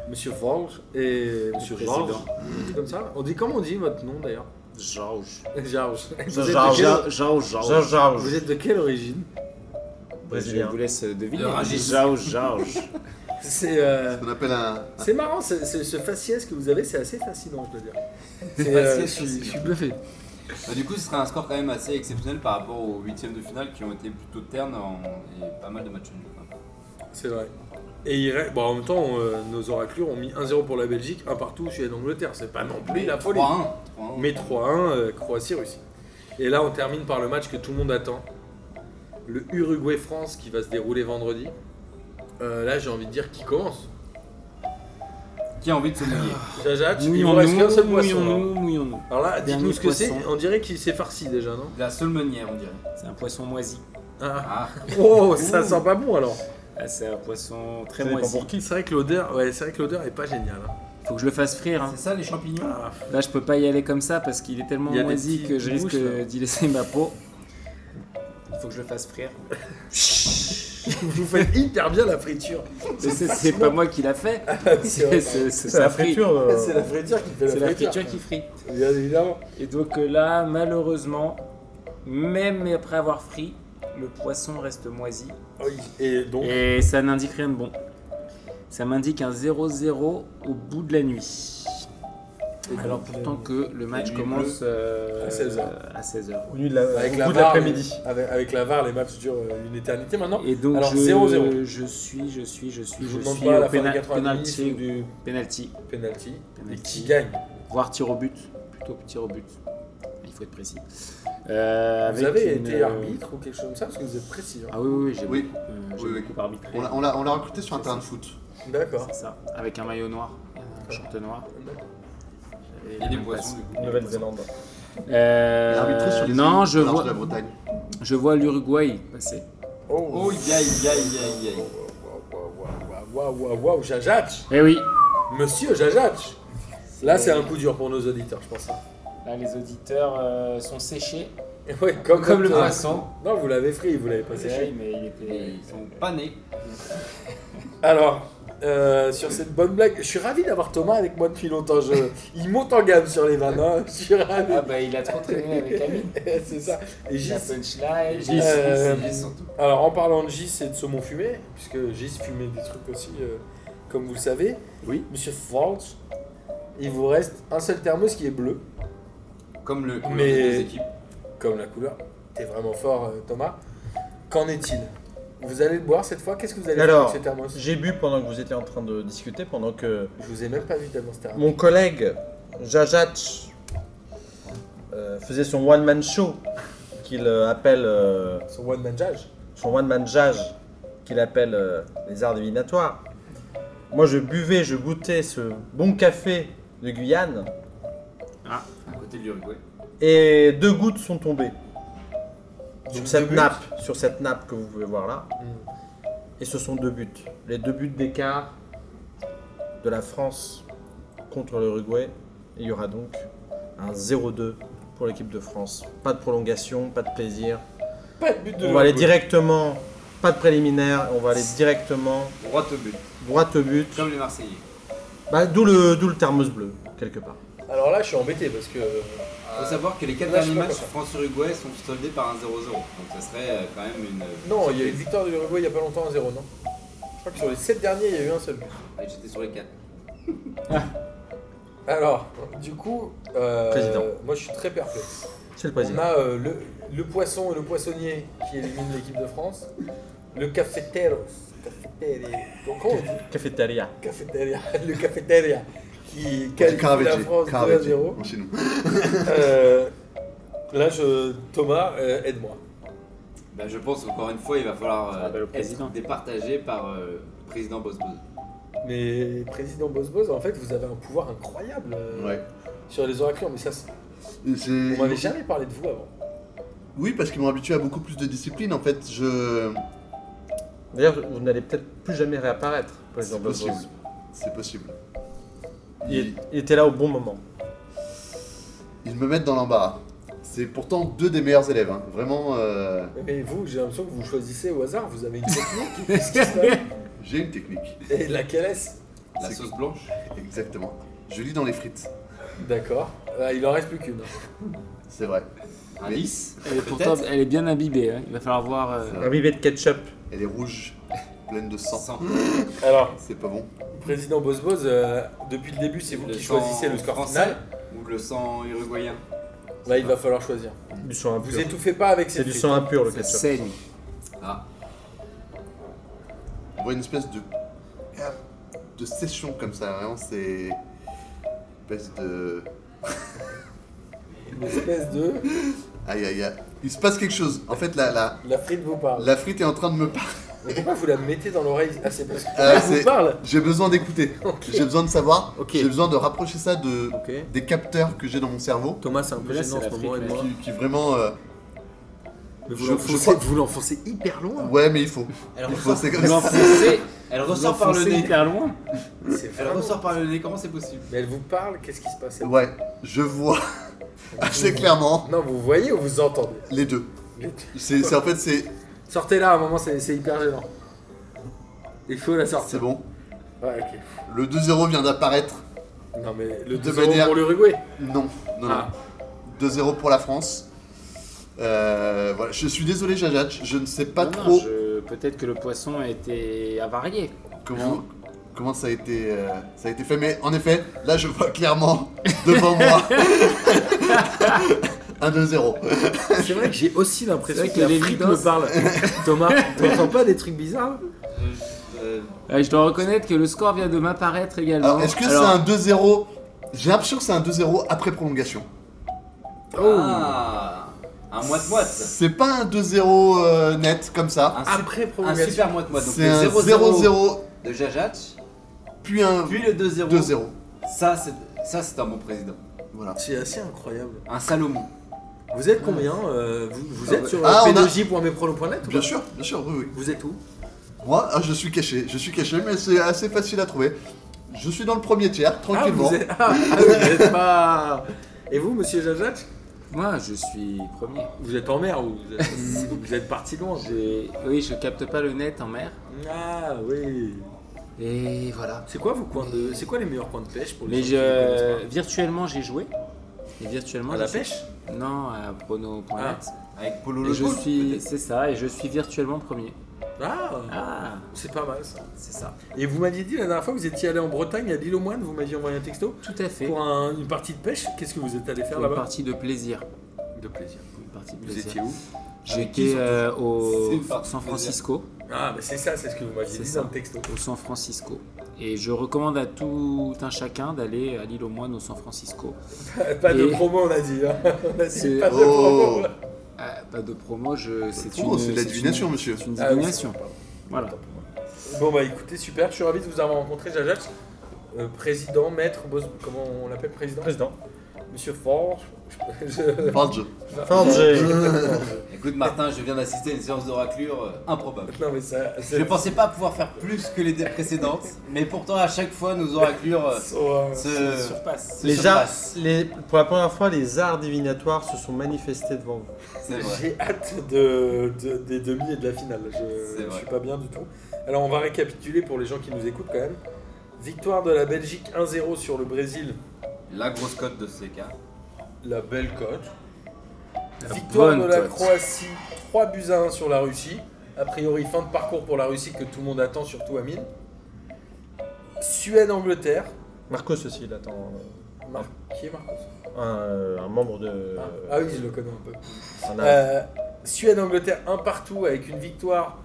Speaker 1: Monsieur Forge et Monsieur
Speaker 3: président.
Speaker 1: Georges. On dit comme ça On dit comment on dit votre nom d'ailleurs
Speaker 3: Georges.
Speaker 1: Georges. Vous êtes de
Speaker 5: Georges.
Speaker 1: quelle-
Speaker 3: Georges, Georges.
Speaker 5: Georges.
Speaker 1: Vous êtes de quelle origine
Speaker 3: Je
Speaker 5: Brésilien.
Speaker 3: vous laisse euh, deviner.
Speaker 2: Le Rangis.
Speaker 3: Georges, Georges.
Speaker 1: C'est euh,
Speaker 4: On appelle un.
Speaker 1: c'est marrant, c'est- c'est- ce faciès que vous avez, c'est assez fascinant, je dois dire. C'est, euh,
Speaker 2: Faciès
Speaker 1: je, suis,
Speaker 2: fascinant.
Speaker 1: je suis bluffé.
Speaker 2: Bah, du coup, ce serait un score quand même assez exceptionnel par rapport aux huitièmes de finale qui ont été plutôt ternes en- et pas mal de matchs nuls. quoi.
Speaker 1: C'est vrai. Et il reste- bon, en même temps, euh, nos oraclures ont mis 1-0 pour la Belgique, 1 partout chez l'Angleterre. C'est pas non plus la folie.
Speaker 2: 3-1. 3-1.
Speaker 1: Mais 3-1, euh, Croatie-Russie. Et là, on termine par le match que tout le monde attend. Le Uruguay-France qui va se dérouler vendredi. Euh, là, j'ai envie de dire qui commence.
Speaker 2: Qui a envie de se mouiller
Speaker 1: Jaja, tu- il vous reste qu'un
Speaker 3: Mouillons-nous,
Speaker 1: seul poisson.
Speaker 3: mouillons-nous, mouillons-nous.
Speaker 1: là. Alors là, dites-nous
Speaker 3: Dernier
Speaker 1: ce que c'est.
Speaker 3: poisson.
Speaker 1: On dirait qu'il s'est farci déjà, non
Speaker 2: De La seule manière, on dirait.
Speaker 3: C'est un poisson moisi.
Speaker 1: Ah.
Speaker 2: Ah,
Speaker 1: Oh, ça sent pas bon alors.
Speaker 3: Ah, c'est un poisson très
Speaker 5: Ça dépend
Speaker 3: moisi.
Speaker 5: pour qui.
Speaker 1: C'est vrai que l'odeur, ouais, c'est vrai que l'odeur est pas géniale. hein.
Speaker 3: Faut que je le fasse frire. hein.
Speaker 2: c'est ça les champignons
Speaker 1: Ah,
Speaker 3: Là, je peux pas y aller comme ça parce qu'il est tellement
Speaker 1: Il y a des
Speaker 3: moisi
Speaker 1: petits-
Speaker 3: que je
Speaker 1: petites
Speaker 3: risque
Speaker 1: mouches, là.
Speaker 3: d'y laisser ma peau. Il faut que je le fasse frire.
Speaker 1: vous faites hyper bien la friture.
Speaker 3: Mais c'est- C'est pas moi qui l'a fait. C'est
Speaker 1: Ah, C'est
Speaker 3: c'est- c'est
Speaker 5: C'est
Speaker 3: sa
Speaker 5: la
Speaker 3: frite.
Speaker 5: friture. euh,
Speaker 1: c'est la friture qui fait la
Speaker 3: C'est la
Speaker 1: friture.
Speaker 3: friture qui frit.
Speaker 1: Bien évidemment.
Speaker 3: Et donc euh, là, malheureusement, même après avoir frit, le poisson reste moisi.
Speaker 1: Oui. Et donc,
Speaker 3: Et ça n'indique rien de bon. Ça m'indique un 0-0 au bout de la nuit. Alors pourtant
Speaker 1: euh,
Speaker 3: que le match
Speaker 2: nuit
Speaker 3: commence euh,
Speaker 1: à 16 heures.
Speaker 3: à 16 heures.
Speaker 5: Au nuit de la-
Speaker 1: euh, avec
Speaker 5: au
Speaker 1: la
Speaker 5: bout de
Speaker 1: VAR,
Speaker 5: l'après-midi.
Speaker 1: les- Avec, avec la VAR, les matchs durent euh, une éternité maintenant.
Speaker 3: Et donc
Speaker 1: Alors,
Speaker 3: je,
Speaker 1: 0-0.
Speaker 3: je suis, je suis, je suis,
Speaker 1: Je vous
Speaker 3: je,
Speaker 1: demande
Speaker 3: suis
Speaker 1: pas à
Speaker 3: au
Speaker 1: la fin
Speaker 3: péna-
Speaker 1: des 90
Speaker 3: penalty,
Speaker 1: ou du
Speaker 3: penalty,
Speaker 1: penalty. Et
Speaker 3: Penalty.
Speaker 1: qui gagne
Speaker 3: voire tir au but, plutôt que tir au but. Il faut être précis. Euh,
Speaker 1: Vous
Speaker 3: avec
Speaker 1: avez
Speaker 3: une,
Speaker 1: été
Speaker 3: euh,
Speaker 1: arbitre ou quelque chose comme ça Parce que vous êtes précis. hein.
Speaker 3: Ah oui, oui, oui, j'ai
Speaker 4: Oui.
Speaker 3: beaucoup, euh, j'ai
Speaker 4: Oui, oui.
Speaker 3: beaucoup arbitré.
Speaker 4: On l'a- on l'a on l'a recruté sur un terrain de foot.
Speaker 1: D'accord.
Speaker 3: C'est ça, avec un maillot noir, un short noir. J'avais la
Speaker 2: Et des
Speaker 3: même
Speaker 2: poissons.
Speaker 3: passe.
Speaker 2: du coup.
Speaker 5: Nouvelle-Zélande.
Speaker 3: Euh,
Speaker 4: Il a arbitré sur les
Speaker 3: non,
Speaker 4: îles
Speaker 3: je
Speaker 4: au large de
Speaker 3: vois,
Speaker 4: la Bretagne.
Speaker 3: je vois l'Uruguay passer.
Speaker 2: Oh, aïe, aïe, aïe, aïe, aïe.
Speaker 1: Waouh, waouh, waouh, waouh, Jajach
Speaker 3: Eh oui.
Speaker 1: Monsieur Jajach Là, c'est un coup dur pour nos auditeurs, je pense.
Speaker 3: Là, les auditeurs euh, sont séchés,
Speaker 1: Ouais,
Speaker 3: comme, le
Speaker 1: Ah,
Speaker 3: poisson.
Speaker 1: Non, vous l'avez frit, vous l'avez pas séché.
Speaker 3: Ouais, mais il
Speaker 2: Et
Speaker 3: était.
Speaker 2: Ils sont pas nés.
Speaker 1: Alors, euh, sur cette bonne blague, je suis ravi d'avoir Thomas avec moi depuis longtemps. Je... Il monte en gamme sur les vannes, hein. je suis ravi.
Speaker 3: Ah bah il a trop traîné avec
Speaker 5: Ah.
Speaker 3: Amine.
Speaker 1: c'est ça. Et
Speaker 3: La
Speaker 1: Gis,
Speaker 3: punchline.
Speaker 1: Gis, Euh,
Speaker 2: Ils sont tout.
Speaker 1: Alors en parlant de Gis et de saumon fumé, puisque Gis fumait des trucs aussi, euh, comme vous le savez.
Speaker 3: Oui.
Speaker 1: Monsieur Forge, il vous reste un seul thermos qui est bleu,
Speaker 2: Comme le comme
Speaker 1: Mais-
Speaker 2: les deux équipes.
Speaker 1: comme la couleur. T'es vraiment fort, euh, Thomas. Qu'en est-il Vous allez le boire cette fois Qu'est-ce que vous allez faire
Speaker 5: Alors,
Speaker 1: avec ce thermos
Speaker 5: J'ai bu pendant que vous étiez en train de discuter, pendant que
Speaker 1: Je vous ai même pas vu tellement ce thermos.
Speaker 5: mon collègue Jajach euh, faisait son one-man show, qu'il euh, appelle euh,
Speaker 1: Son one man jage.
Speaker 5: son one-man jage, qu'il appelle euh, les arts divinatoires. Moi, je buvais, je goûtais ce bon café de Guyane
Speaker 2: Ah, à côté de l'Uruguay.
Speaker 5: et deux gouttes sont tombées sur
Speaker 1: Donc,
Speaker 5: cette
Speaker 1: deux buts.
Speaker 5: nappe, sur cette nappe que vous pouvez voir là. Et ce sont deux buts. Les deux buts d'écart de la France contre l'Uruguay. Il y aura donc un 0-2 pour l'équipe de France. Pas de prolongation, pas de plaisir.
Speaker 1: Pas de but de
Speaker 5: on va aller
Speaker 1: l'Uruguay.
Speaker 5: directement, pas de préliminaire, on va aller directement
Speaker 2: Droit au but,
Speaker 5: droit au but.
Speaker 2: comme les Marseillais.
Speaker 5: Bah, d'où le, d'où le thermos bleu, quelque part.
Speaker 1: Alors là, je suis embêté parce que. euh,
Speaker 2: Il faut savoir que les 4
Speaker 1: Là, je
Speaker 2: derniers
Speaker 1: sais pas
Speaker 2: matchs
Speaker 1: quoi faire.
Speaker 2: France-Uruguay sont soldés par un 0-0. Donc ça serait euh, quand même une.
Speaker 1: Non, il y a une victoire de l'Uruguay il y a pas longtemps, 1-0, non Je crois que sur les 7 derniers, il y a eu un seul but.
Speaker 2: Ah, J'étais sur les 4.
Speaker 1: Alors, du coup, euh,
Speaker 5: Président.
Speaker 1: moi je suis très perplexe.
Speaker 5: C'est le
Speaker 1: On
Speaker 5: président.
Speaker 1: a euh, le, le poisson et le poissonnier qui éliminent l'équipe de France. Le cafetero. cafeteria, comment on dit
Speaker 5: Cafeteria.
Speaker 1: Cafeteria. Le cafeteria qui qualifie la
Speaker 4: Caravaggi.
Speaker 1: France 2 à
Speaker 4: Caravaggi,
Speaker 1: 0.
Speaker 4: en chinois.
Speaker 1: Euh, là, je, Thomas, euh, aide-moi.
Speaker 2: Bah, je pense qu'encore une fois, il va falloir euh,
Speaker 3: rappelle au président.
Speaker 2: être départagé par euh, le président Bosbos.
Speaker 1: Mais président Bosbos, en fait, vous avez un pouvoir incroyable euh,
Speaker 4: Ouais.
Speaker 1: sur les oracles. Mais ça, c'est-
Speaker 4: J'ai-
Speaker 1: on m'avait jamais parlé de vous avant.
Speaker 4: Oui, parce qu'ils m'ont habitué à beaucoup plus de discipline. En fait, je.
Speaker 5: D'ailleurs, vous n'allez peut-être plus jamais réapparaître, président
Speaker 4: C'est
Speaker 5: Bosbos.
Speaker 4: possible. C'est possible.
Speaker 5: Il, il était là au bon moment.
Speaker 4: Ils me mettent dans l'embarras. C'est pourtant deux des meilleurs élèves. hein. Vraiment, euh,
Speaker 1: Mais vous, j'ai l'impression que vous choisissez au hasard. Vous avez une technique. Qu'est-ce qui se passe
Speaker 4: j'ai une technique.
Speaker 1: Et laquelle est-ce
Speaker 2: La
Speaker 4: C'est-
Speaker 2: sauce blanche
Speaker 4: Exactement. Je lis dans les frites.
Speaker 1: D'accord. Ah, il en reste plus qu'une.
Speaker 4: C'est vrai.
Speaker 2: Un
Speaker 4: Mais-
Speaker 2: lys
Speaker 3: Elle est pourtant, elle est bien imbibée. hein. Il va falloir voir. euh,
Speaker 4: C'est
Speaker 1: Ah.
Speaker 4: vrai.
Speaker 5: Un bibet de ketchup.
Speaker 4: Elle est rouge, pleine de sang.
Speaker 2: Sans.
Speaker 1: Alors,
Speaker 4: C'est pas bon.
Speaker 1: président Bosbos, euh, depuis le début, c'est vous
Speaker 2: Le
Speaker 1: qui
Speaker 2: sang
Speaker 1: choisissez le score
Speaker 2: français
Speaker 1: final.
Speaker 2: Ou le sang uruguayen
Speaker 1: Là, il va falloir choisir.
Speaker 5: Du sang
Speaker 1: Vous
Speaker 5: impur.
Speaker 1: étouffez pas avec ces
Speaker 5: C'est du
Speaker 1: frites. hein.
Speaker 5: sang impur, le
Speaker 3: ça
Speaker 5: ketchup.
Speaker 3: saigne.
Speaker 2: Ah,
Speaker 4: On voit une espèce de. de session comme ça. Vraiment, c'est. Une espèce de.
Speaker 1: Une espèce de.
Speaker 4: Aïe aïe aïe. Il se passe quelque chose. En fait, la, la,
Speaker 1: La frite vous parle.
Speaker 4: la frite est en train de me parler.
Speaker 1: Mais pourquoi vous la mettez dans l'oreille Ah, c'est parce que
Speaker 4: Ah,
Speaker 1: elle vous
Speaker 4: c'est-
Speaker 1: parle.
Speaker 4: J'ai besoin d'écouter.
Speaker 1: Ok.
Speaker 4: J'ai besoin de savoir.
Speaker 6: Ok.
Speaker 4: J'ai besoin de rapprocher ça de,
Speaker 6: Ok.
Speaker 4: des capteurs que j'ai dans mon cerveau.
Speaker 6: Thomas, c'est un peu
Speaker 3: Là,
Speaker 6: gênant en
Speaker 3: c'est
Speaker 6: ce
Speaker 3: la
Speaker 6: moment et
Speaker 3: fric,
Speaker 6: moi.
Speaker 4: Qui, qui vraiment. euh,
Speaker 6: Mais vous
Speaker 4: Je- je
Speaker 6: l'enfoncez-
Speaker 4: crois-
Speaker 6: vous l'enfoncez hyper loin.
Speaker 4: Ouais, mais il faut.
Speaker 2: elle
Speaker 4: Il faut,
Speaker 2: ressort,
Speaker 4: c'est comme ça.
Speaker 2: L'enfoncée, elle ressort par le
Speaker 3: L'enfoncer
Speaker 2: nez.
Speaker 3: hyper loin.
Speaker 1: C'est
Speaker 2: Elle
Speaker 1: vraiment-
Speaker 2: ressort par le nez, comment c'est possible
Speaker 1: Mais elle vous parle, qu'est-ce qui se passe elle
Speaker 4: Ouais, je vois assez clairement
Speaker 1: Non, vous voyez ou vous entendez
Speaker 4: les deux. C'est c'est- en fait, c'est
Speaker 1: Sortez là, à un moment, c'est c'est hyper gênant. Il faut la
Speaker 4: c'est
Speaker 1: sortir.
Speaker 4: bon.
Speaker 1: Ouais, ok.
Speaker 4: Le 2-0 vient d'apparaître.
Speaker 1: Non, mais le
Speaker 4: De
Speaker 1: 2 manière...
Speaker 4: manière-
Speaker 1: pour l'Uruguay.
Speaker 4: Non, non, non.
Speaker 1: Ah.
Speaker 4: 2-0 pour la France. Euh, voilà. Je suis désolé, Jajat, je ne sais pas
Speaker 3: Non, non,
Speaker 4: trop
Speaker 3: je- Peut-être que le poisson a été avarié.
Speaker 4: comment, comment ça, a été, euh, ça a été fait, mais en effet, là, je vois clairement devant moi un 2-0.
Speaker 6: C'est vrai que j'ai aussi l'impression
Speaker 3: C'est vrai
Speaker 6: que
Speaker 3: que
Speaker 6: la
Speaker 3: les
Speaker 6: frite
Speaker 3: Vidos-
Speaker 6: me parle. Thomas, t'entends pas des trucs bizarres
Speaker 2: Euh, euh,
Speaker 3: Euh, je dois reconnaître que le score vient de m'apparaître également.
Speaker 4: Alors, est-ce que c'est
Speaker 3: Alors,
Speaker 4: un 2-0 J'ai l'impression que c'est un 2-0 après prolongation.
Speaker 2: Ah Un moite-moite
Speaker 4: C'est pas un 2-0 euh, net comme ça.
Speaker 2: un, sup-
Speaker 1: Après
Speaker 2: un
Speaker 1: prolongation.
Speaker 2: super moite-moite. Donc
Speaker 4: C'est
Speaker 2: le
Speaker 4: un
Speaker 2: 0-0
Speaker 4: 0-0,
Speaker 2: de Jajach,
Speaker 4: puis un
Speaker 2: puis le 2-0.
Speaker 4: 2-0.
Speaker 2: Ça, c'est ça, c'est un bon président.
Speaker 4: Voilà.
Speaker 1: C'est assez incroyable.
Speaker 2: Un Salomon.
Speaker 1: Vous êtes combien euh, Vous, vous êtes sur
Speaker 4: Ah,
Speaker 1: euh,
Speaker 4: on a-
Speaker 1: pdj.mepronos.net ou
Speaker 4: Bien
Speaker 1: pas
Speaker 4: sûr, bien sûr, oui, oui.
Speaker 1: Vous êtes où
Speaker 4: Moi, ah, je suis caché, je suis caché, mais c'est assez facile à trouver. Je suis dans le premier tiers,
Speaker 1: ah,
Speaker 4: tranquillement.
Speaker 1: vous êtes... ah, vous êtes pas... Et vous, monsieur Jajac
Speaker 3: Moi, je suis premier.
Speaker 1: Vous êtes en mer ou vous êtes, vous êtes parti loin
Speaker 3: J'ai- Oui, je capte pas le net en mer.
Speaker 1: Ah oui.
Speaker 3: Et voilà.
Speaker 1: C'est quoi vos coins de C'est quoi les meilleurs coins de pêche pour les
Speaker 3: Mais
Speaker 1: gens qui connaissent
Speaker 3: je, virtuellement, j'ai joué. Et virtuellement,
Speaker 1: pas À la Ah.
Speaker 3: j'ai-
Speaker 1: pêche
Speaker 3: Non, à prono.net.
Speaker 2: Avec Polo
Speaker 3: Et
Speaker 2: Le
Speaker 3: je
Speaker 2: Gaulle,
Speaker 3: suis,
Speaker 2: peut-être.
Speaker 3: c'est ça, et je suis virtuellement premier.
Speaker 1: Ah,
Speaker 3: Ah,
Speaker 1: c'est pas mal ça.
Speaker 3: c'est ça.
Speaker 1: Et vous m'aviez dit la dernière fois que vous étiez allé en Bretagne à l'île aux moines, vous m'aviez envoyé un texto
Speaker 3: Tout à fait.
Speaker 1: pour un- une partie de pêche. Qu'est-ce que vous êtes allé faire
Speaker 3: Pour une
Speaker 1: là-bas
Speaker 3: partie de plaisir.
Speaker 1: De plaisir.
Speaker 3: Pour une partie de
Speaker 1: Vous
Speaker 3: plaisir.
Speaker 1: étiez où
Speaker 6: Avec qui,
Speaker 3: J'étais euh,
Speaker 2: C'est
Speaker 3: au
Speaker 2: une partie de
Speaker 3: San
Speaker 2: plaisir.
Speaker 3: Francisco.
Speaker 1: Ah, bah c'est ça, c'est ce que vous m'aviez
Speaker 3: C'est
Speaker 1: dit
Speaker 3: ça.
Speaker 1: dans le texto.
Speaker 3: au San Francisco. Et je recommande à tout un chacun d'aller à l'île aux moines au San Francisco.
Speaker 1: Pas de
Speaker 3: Et-
Speaker 1: promo, on a dit. hein. On a dit
Speaker 3: C'est-
Speaker 1: pas de
Speaker 4: Oh.
Speaker 1: promo.
Speaker 3: Ah, pas de promo, je... c'est
Speaker 4: Oh,
Speaker 3: une,
Speaker 4: c'est de la
Speaker 3: c'est
Speaker 4: divination,
Speaker 3: une-
Speaker 4: monsieur.
Speaker 3: C'est une
Speaker 1: Ah oui,
Speaker 3: divination.
Speaker 1: c'est- pardon.
Speaker 3: Voilà.
Speaker 1: Bon bah écoutez, super, je suis ravi de vous avoir rencontré, Jajax. euh, président, maître, boss, comment on l'appelle président
Speaker 5: Président.
Speaker 1: Monsieur Forge. je- je-
Speaker 4: Forge.
Speaker 5: Forge.
Speaker 2: Écoute, Martin, je viens d'assister à une séance d'oraclure euh, improbable.
Speaker 1: non mais ça,
Speaker 2: Je ne pensais pas pouvoir faire plus que les dé- précédentes, mais pourtant, à chaque fois, nos oraclures euh,
Speaker 1: So, euh,
Speaker 2: se,
Speaker 3: Surpasse.
Speaker 2: se
Speaker 5: Les arts,
Speaker 2: surpassent.
Speaker 5: les, pour la première fois, les arts divinatoires se sont manifestés devant vous.
Speaker 2: C'est vrai.
Speaker 1: J'ai hâte de, de- des demi et de la finale. Je,
Speaker 2: C'est
Speaker 1: je
Speaker 2: vrai.
Speaker 1: suis pas bien du tout. Alors on va récapituler pour les gens qui nous écoutent quand même. Victoire de la Belgique 1-0 sur le Brésil,
Speaker 2: La grosse cote de CK.
Speaker 1: la belle cote. Victoire
Speaker 3: bonne
Speaker 1: de la
Speaker 3: cote.
Speaker 1: Croatie 3 buts à 1 sur la Russie. A priori fin de parcours pour la Russie que tout le monde attend, surtout Amine. Suède-Angleterre.
Speaker 5: Marcos aussi, il attend.
Speaker 1: Mar- Qui est Marcos
Speaker 5: Un, un membre de.
Speaker 1: Ah, Ah oui, je le connais un peu.
Speaker 5: un-
Speaker 1: Euh, Suède-Angleterre un partout avec une victoire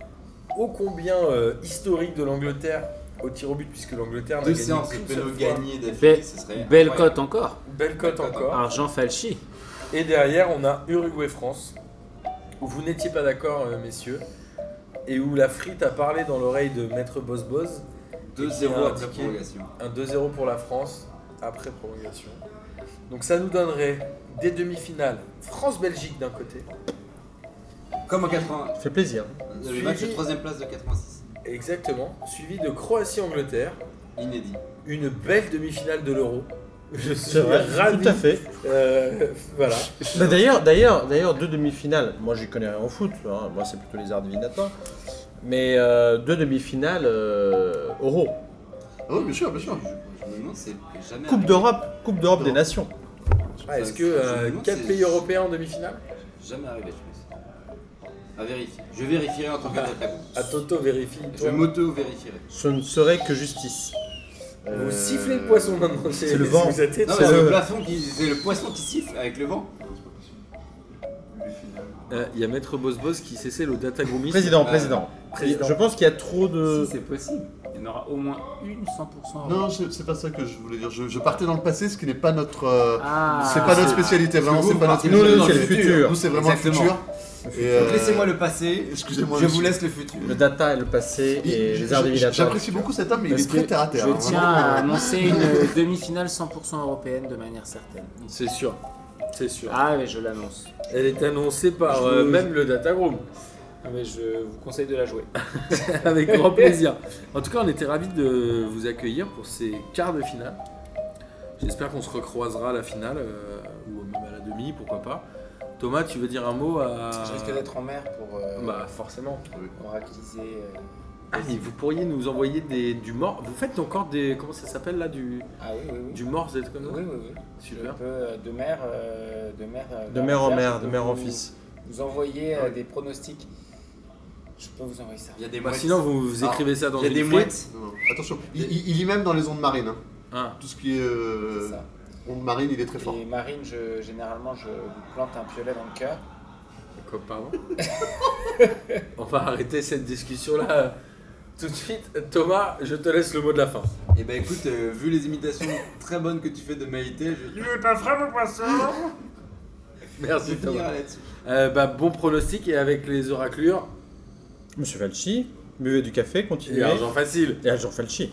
Speaker 1: ô combien euh, historique de l'Angleterre au tir au but puisque l'Angleterre n'a
Speaker 2: Deux
Speaker 1: gagné
Speaker 2: séances de
Speaker 1: qu'une
Speaker 2: péno
Speaker 1: seule fois.
Speaker 2: gagnées
Speaker 3: Belle-
Speaker 2: d'affilée, ce serait.
Speaker 3: Belle
Speaker 2: incroyable.
Speaker 3: cote encore.
Speaker 1: Belle cote hein. encore.
Speaker 3: Argent Falchi.
Speaker 1: Et derrière on a Uruguay-France où vous n'étiez pas d'accord euh, messieurs et où la frite a parlé dans l'oreille de Maître Boss Boss.
Speaker 2: 2-0 après
Speaker 1: Indiqué.
Speaker 2: prolongation.
Speaker 1: Un 2-0 pour la France après prolongation. Donc ça nous donnerait des demi-finales France-Belgique d'un côté.
Speaker 2: Comme en 80.
Speaker 5: Ça fait plaisir.
Speaker 2: Le
Speaker 1: Suivi.
Speaker 2: match de troisième place de 86.
Speaker 1: Exactement. Suivi de Croatie-Angleterre.
Speaker 2: Inédit.
Speaker 1: une belle demi-finale de l'Euro. Je suis
Speaker 5: C'est vrai,
Speaker 1: ravi.
Speaker 5: tout à fait.
Speaker 1: Euh, voilà.
Speaker 5: Bah, d'ailleurs, d'ailleurs, d'ailleurs, deux demi-finales. Moi, j'y connais rien en foot. hein. Moi, c'est plutôt les arts divinatoires. Mais euh, deux demi-finales euh, Euro,
Speaker 4: Ah oui, bien sûr, bien
Speaker 2: Je,
Speaker 4: sûr.
Speaker 2: je me demande, c'est jamais.
Speaker 5: Coupe
Speaker 2: arrivé.
Speaker 5: d'Europe, Coupe d'Europe des Nations.
Speaker 1: Ah, Est-ce que
Speaker 2: Je me
Speaker 1: euh,
Speaker 2: demande,
Speaker 1: quatre
Speaker 2: c'est-
Speaker 1: pays européens en demi-finale
Speaker 2: Jamais arrivé, je pense. À vérifier. Je vérifierai en tant qu'attaquant.
Speaker 1: À Toto, vérifie.
Speaker 2: Je
Speaker 1: Ah, Toi,
Speaker 2: m'auto-vérifierai.
Speaker 5: Ce ne serait que justice.
Speaker 1: Vous
Speaker 5: Euh,
Speaker 1: sifflez le poisson maintenant.
Speaker 5: c'est le vent.
Speaker 1: Vous êtes
Speaker 2: Non,
Speaker 5: C'est
Speaker 2: mais c'est
Speaker 5: le-
Speaker 2: le plafond qui. C'est le poisson qui siffle avec le vent.
Speaker 6: Euh, Il y a Maître Boss Boss qui cessait le data grooming.
Speaker 5: Président,
Speaker 2: Euh,
Speaker 5: président.
Speaker 1: président.
Speaker 5: Je pense qu'il y a trop de.
Speaker 3: Si c'est possible. Il y en aura au moins une 100%.
Speaker 4: Non, c'est c'est pas ça que je voulais dire. Je, je partais dans le passé, ce qui n'est pas notre. euh,
Speaker 3: Ah.
Speaker 4: c'est pas notre spécialité, vraiment,
Speaker 2: vous,
Speaker 4: c'est pas notre
Speaker 2: vous partez
Speaker 4: spécialité.
Speaker 5: Nous, c'est le futur.
Speaker 4: Nous, c'est vraiment
Speaker 2: Exactement.
Speaker 4: le futur.
Speaker 2: Donc laissez-moi le passé.
Speaker 4: Euh, excusez-moi,
Speaker 2: Je
Speaker 4: monsieur.
Speaker 2: vous laisse le futur.
Speaker 5: Le data et le passé et les arts divinatoires.
Speaker 4: J'apprécie beaucoup cet homme, mais il
Speaker 3: Parce
Speaker 4: est très
Speaker 3: que
Speaker 4: terre à terre.
Speaker 3: Je
Speaker 4: hein,
Speaker 3: tiens
Speaker 4: vraiment.
Speaker 3: à annoncer une euh, demi-finale 100% européenne de manière certaine.
Speaker 6: C'est sûr. C'est
Speaker 1: Bah.
Speaker 6: sûr.
Speaker 3: Ah mais je l'annonce.
Speaker 6: Elle est annoncée par
Speaker 1: Je
Speaker 6: euh,
Speaker 1: vous-
Speaker 6: même le Datagroom.
Speaker 3: Ah, mais je vous conseille de la jouer.
Speaker 6: Avec grand plaisir. En tout cas, on était ravis de vous accueillir pour ces quarts de finale. J'espère qu'on se recroisera à la finale euh, ou même à la demi, pourquoi pas. Thomas, tu veux dire un mot à.
Speaker 7: Je risque d'être en mer pour euh,
Speaker 6: Bah, forcément.
Speaker 7: oracliser. euh,
Speaker 6: Ah, mais vous pourriez nous envoyer des, du mort. Vous faites encore des. Comment ça s'appelle là Du,
Speaker 7: Ah oui, oui, oui.
Speaker 6: du mort, vous êtes comme ça
Speaker 7: Oui, oui, oui. Je
Speaker 6: Super.
Speaker 7: peux, euh, de mer, euh, de mer, euh,
Speaker 5: De
Speaker 7: dans
Speaker 5: mère en
Speaker 7: l'enfer,
Speaker 5: mère,
Speaker 7: je
Speaker 5: de
Speaker 7: peux
Speaker 5: mère en
Speaker 7: vous-
Speaker 5: fils.
Speaker 7: Vous envoyer euh, des pronostics. Je peux vous envoyer ça.
Speaker 2: Il y a des
Speaker 6: Bah,
Speaker 2: mouettes.
Speaker 6: sinon, vous, vous écrivez ça dans
Speaker 2: Il y a
Speaker 6: une
Speaker 2: des
Speaker 6: flip.
Speaker 2: mouettes.
Speaker 4: Non, non. Attention, il, il- il lit même dans les ondes marines. hein.
Speaker 6: Ah.
Speaker 4: Tout ce qui est euh,
Speaker 7: C'est ça.
Speaker 4: ondes marines, il est très fort.
Speaker 7: Et Marine, je, généralement, je vous plante un piolet dans le cœur.
Speaker 6: Quoi, pardon On va arrêter cette discussion-là euh, tout de suite. Thomas, je te laisse le mot de la fin.
Speaker 2: Et bah écoute, euh, vu les imitations très bonnes que tu fais de Maïté, je vais
Speaker 6: Merci
Speaker 2: finir
Speaker 6: Thomas.
Speaker 2: là-dessus.
Speaker 6: Euh, bah, bon pronostic et avec les oraclures
Speaker 5: Monsieur Falchi, buvez du café,
Speaker 6: et
Speaker 5: continuez.
Speaker 6: argent facile.
Speaker 5: Et Argent Falchi.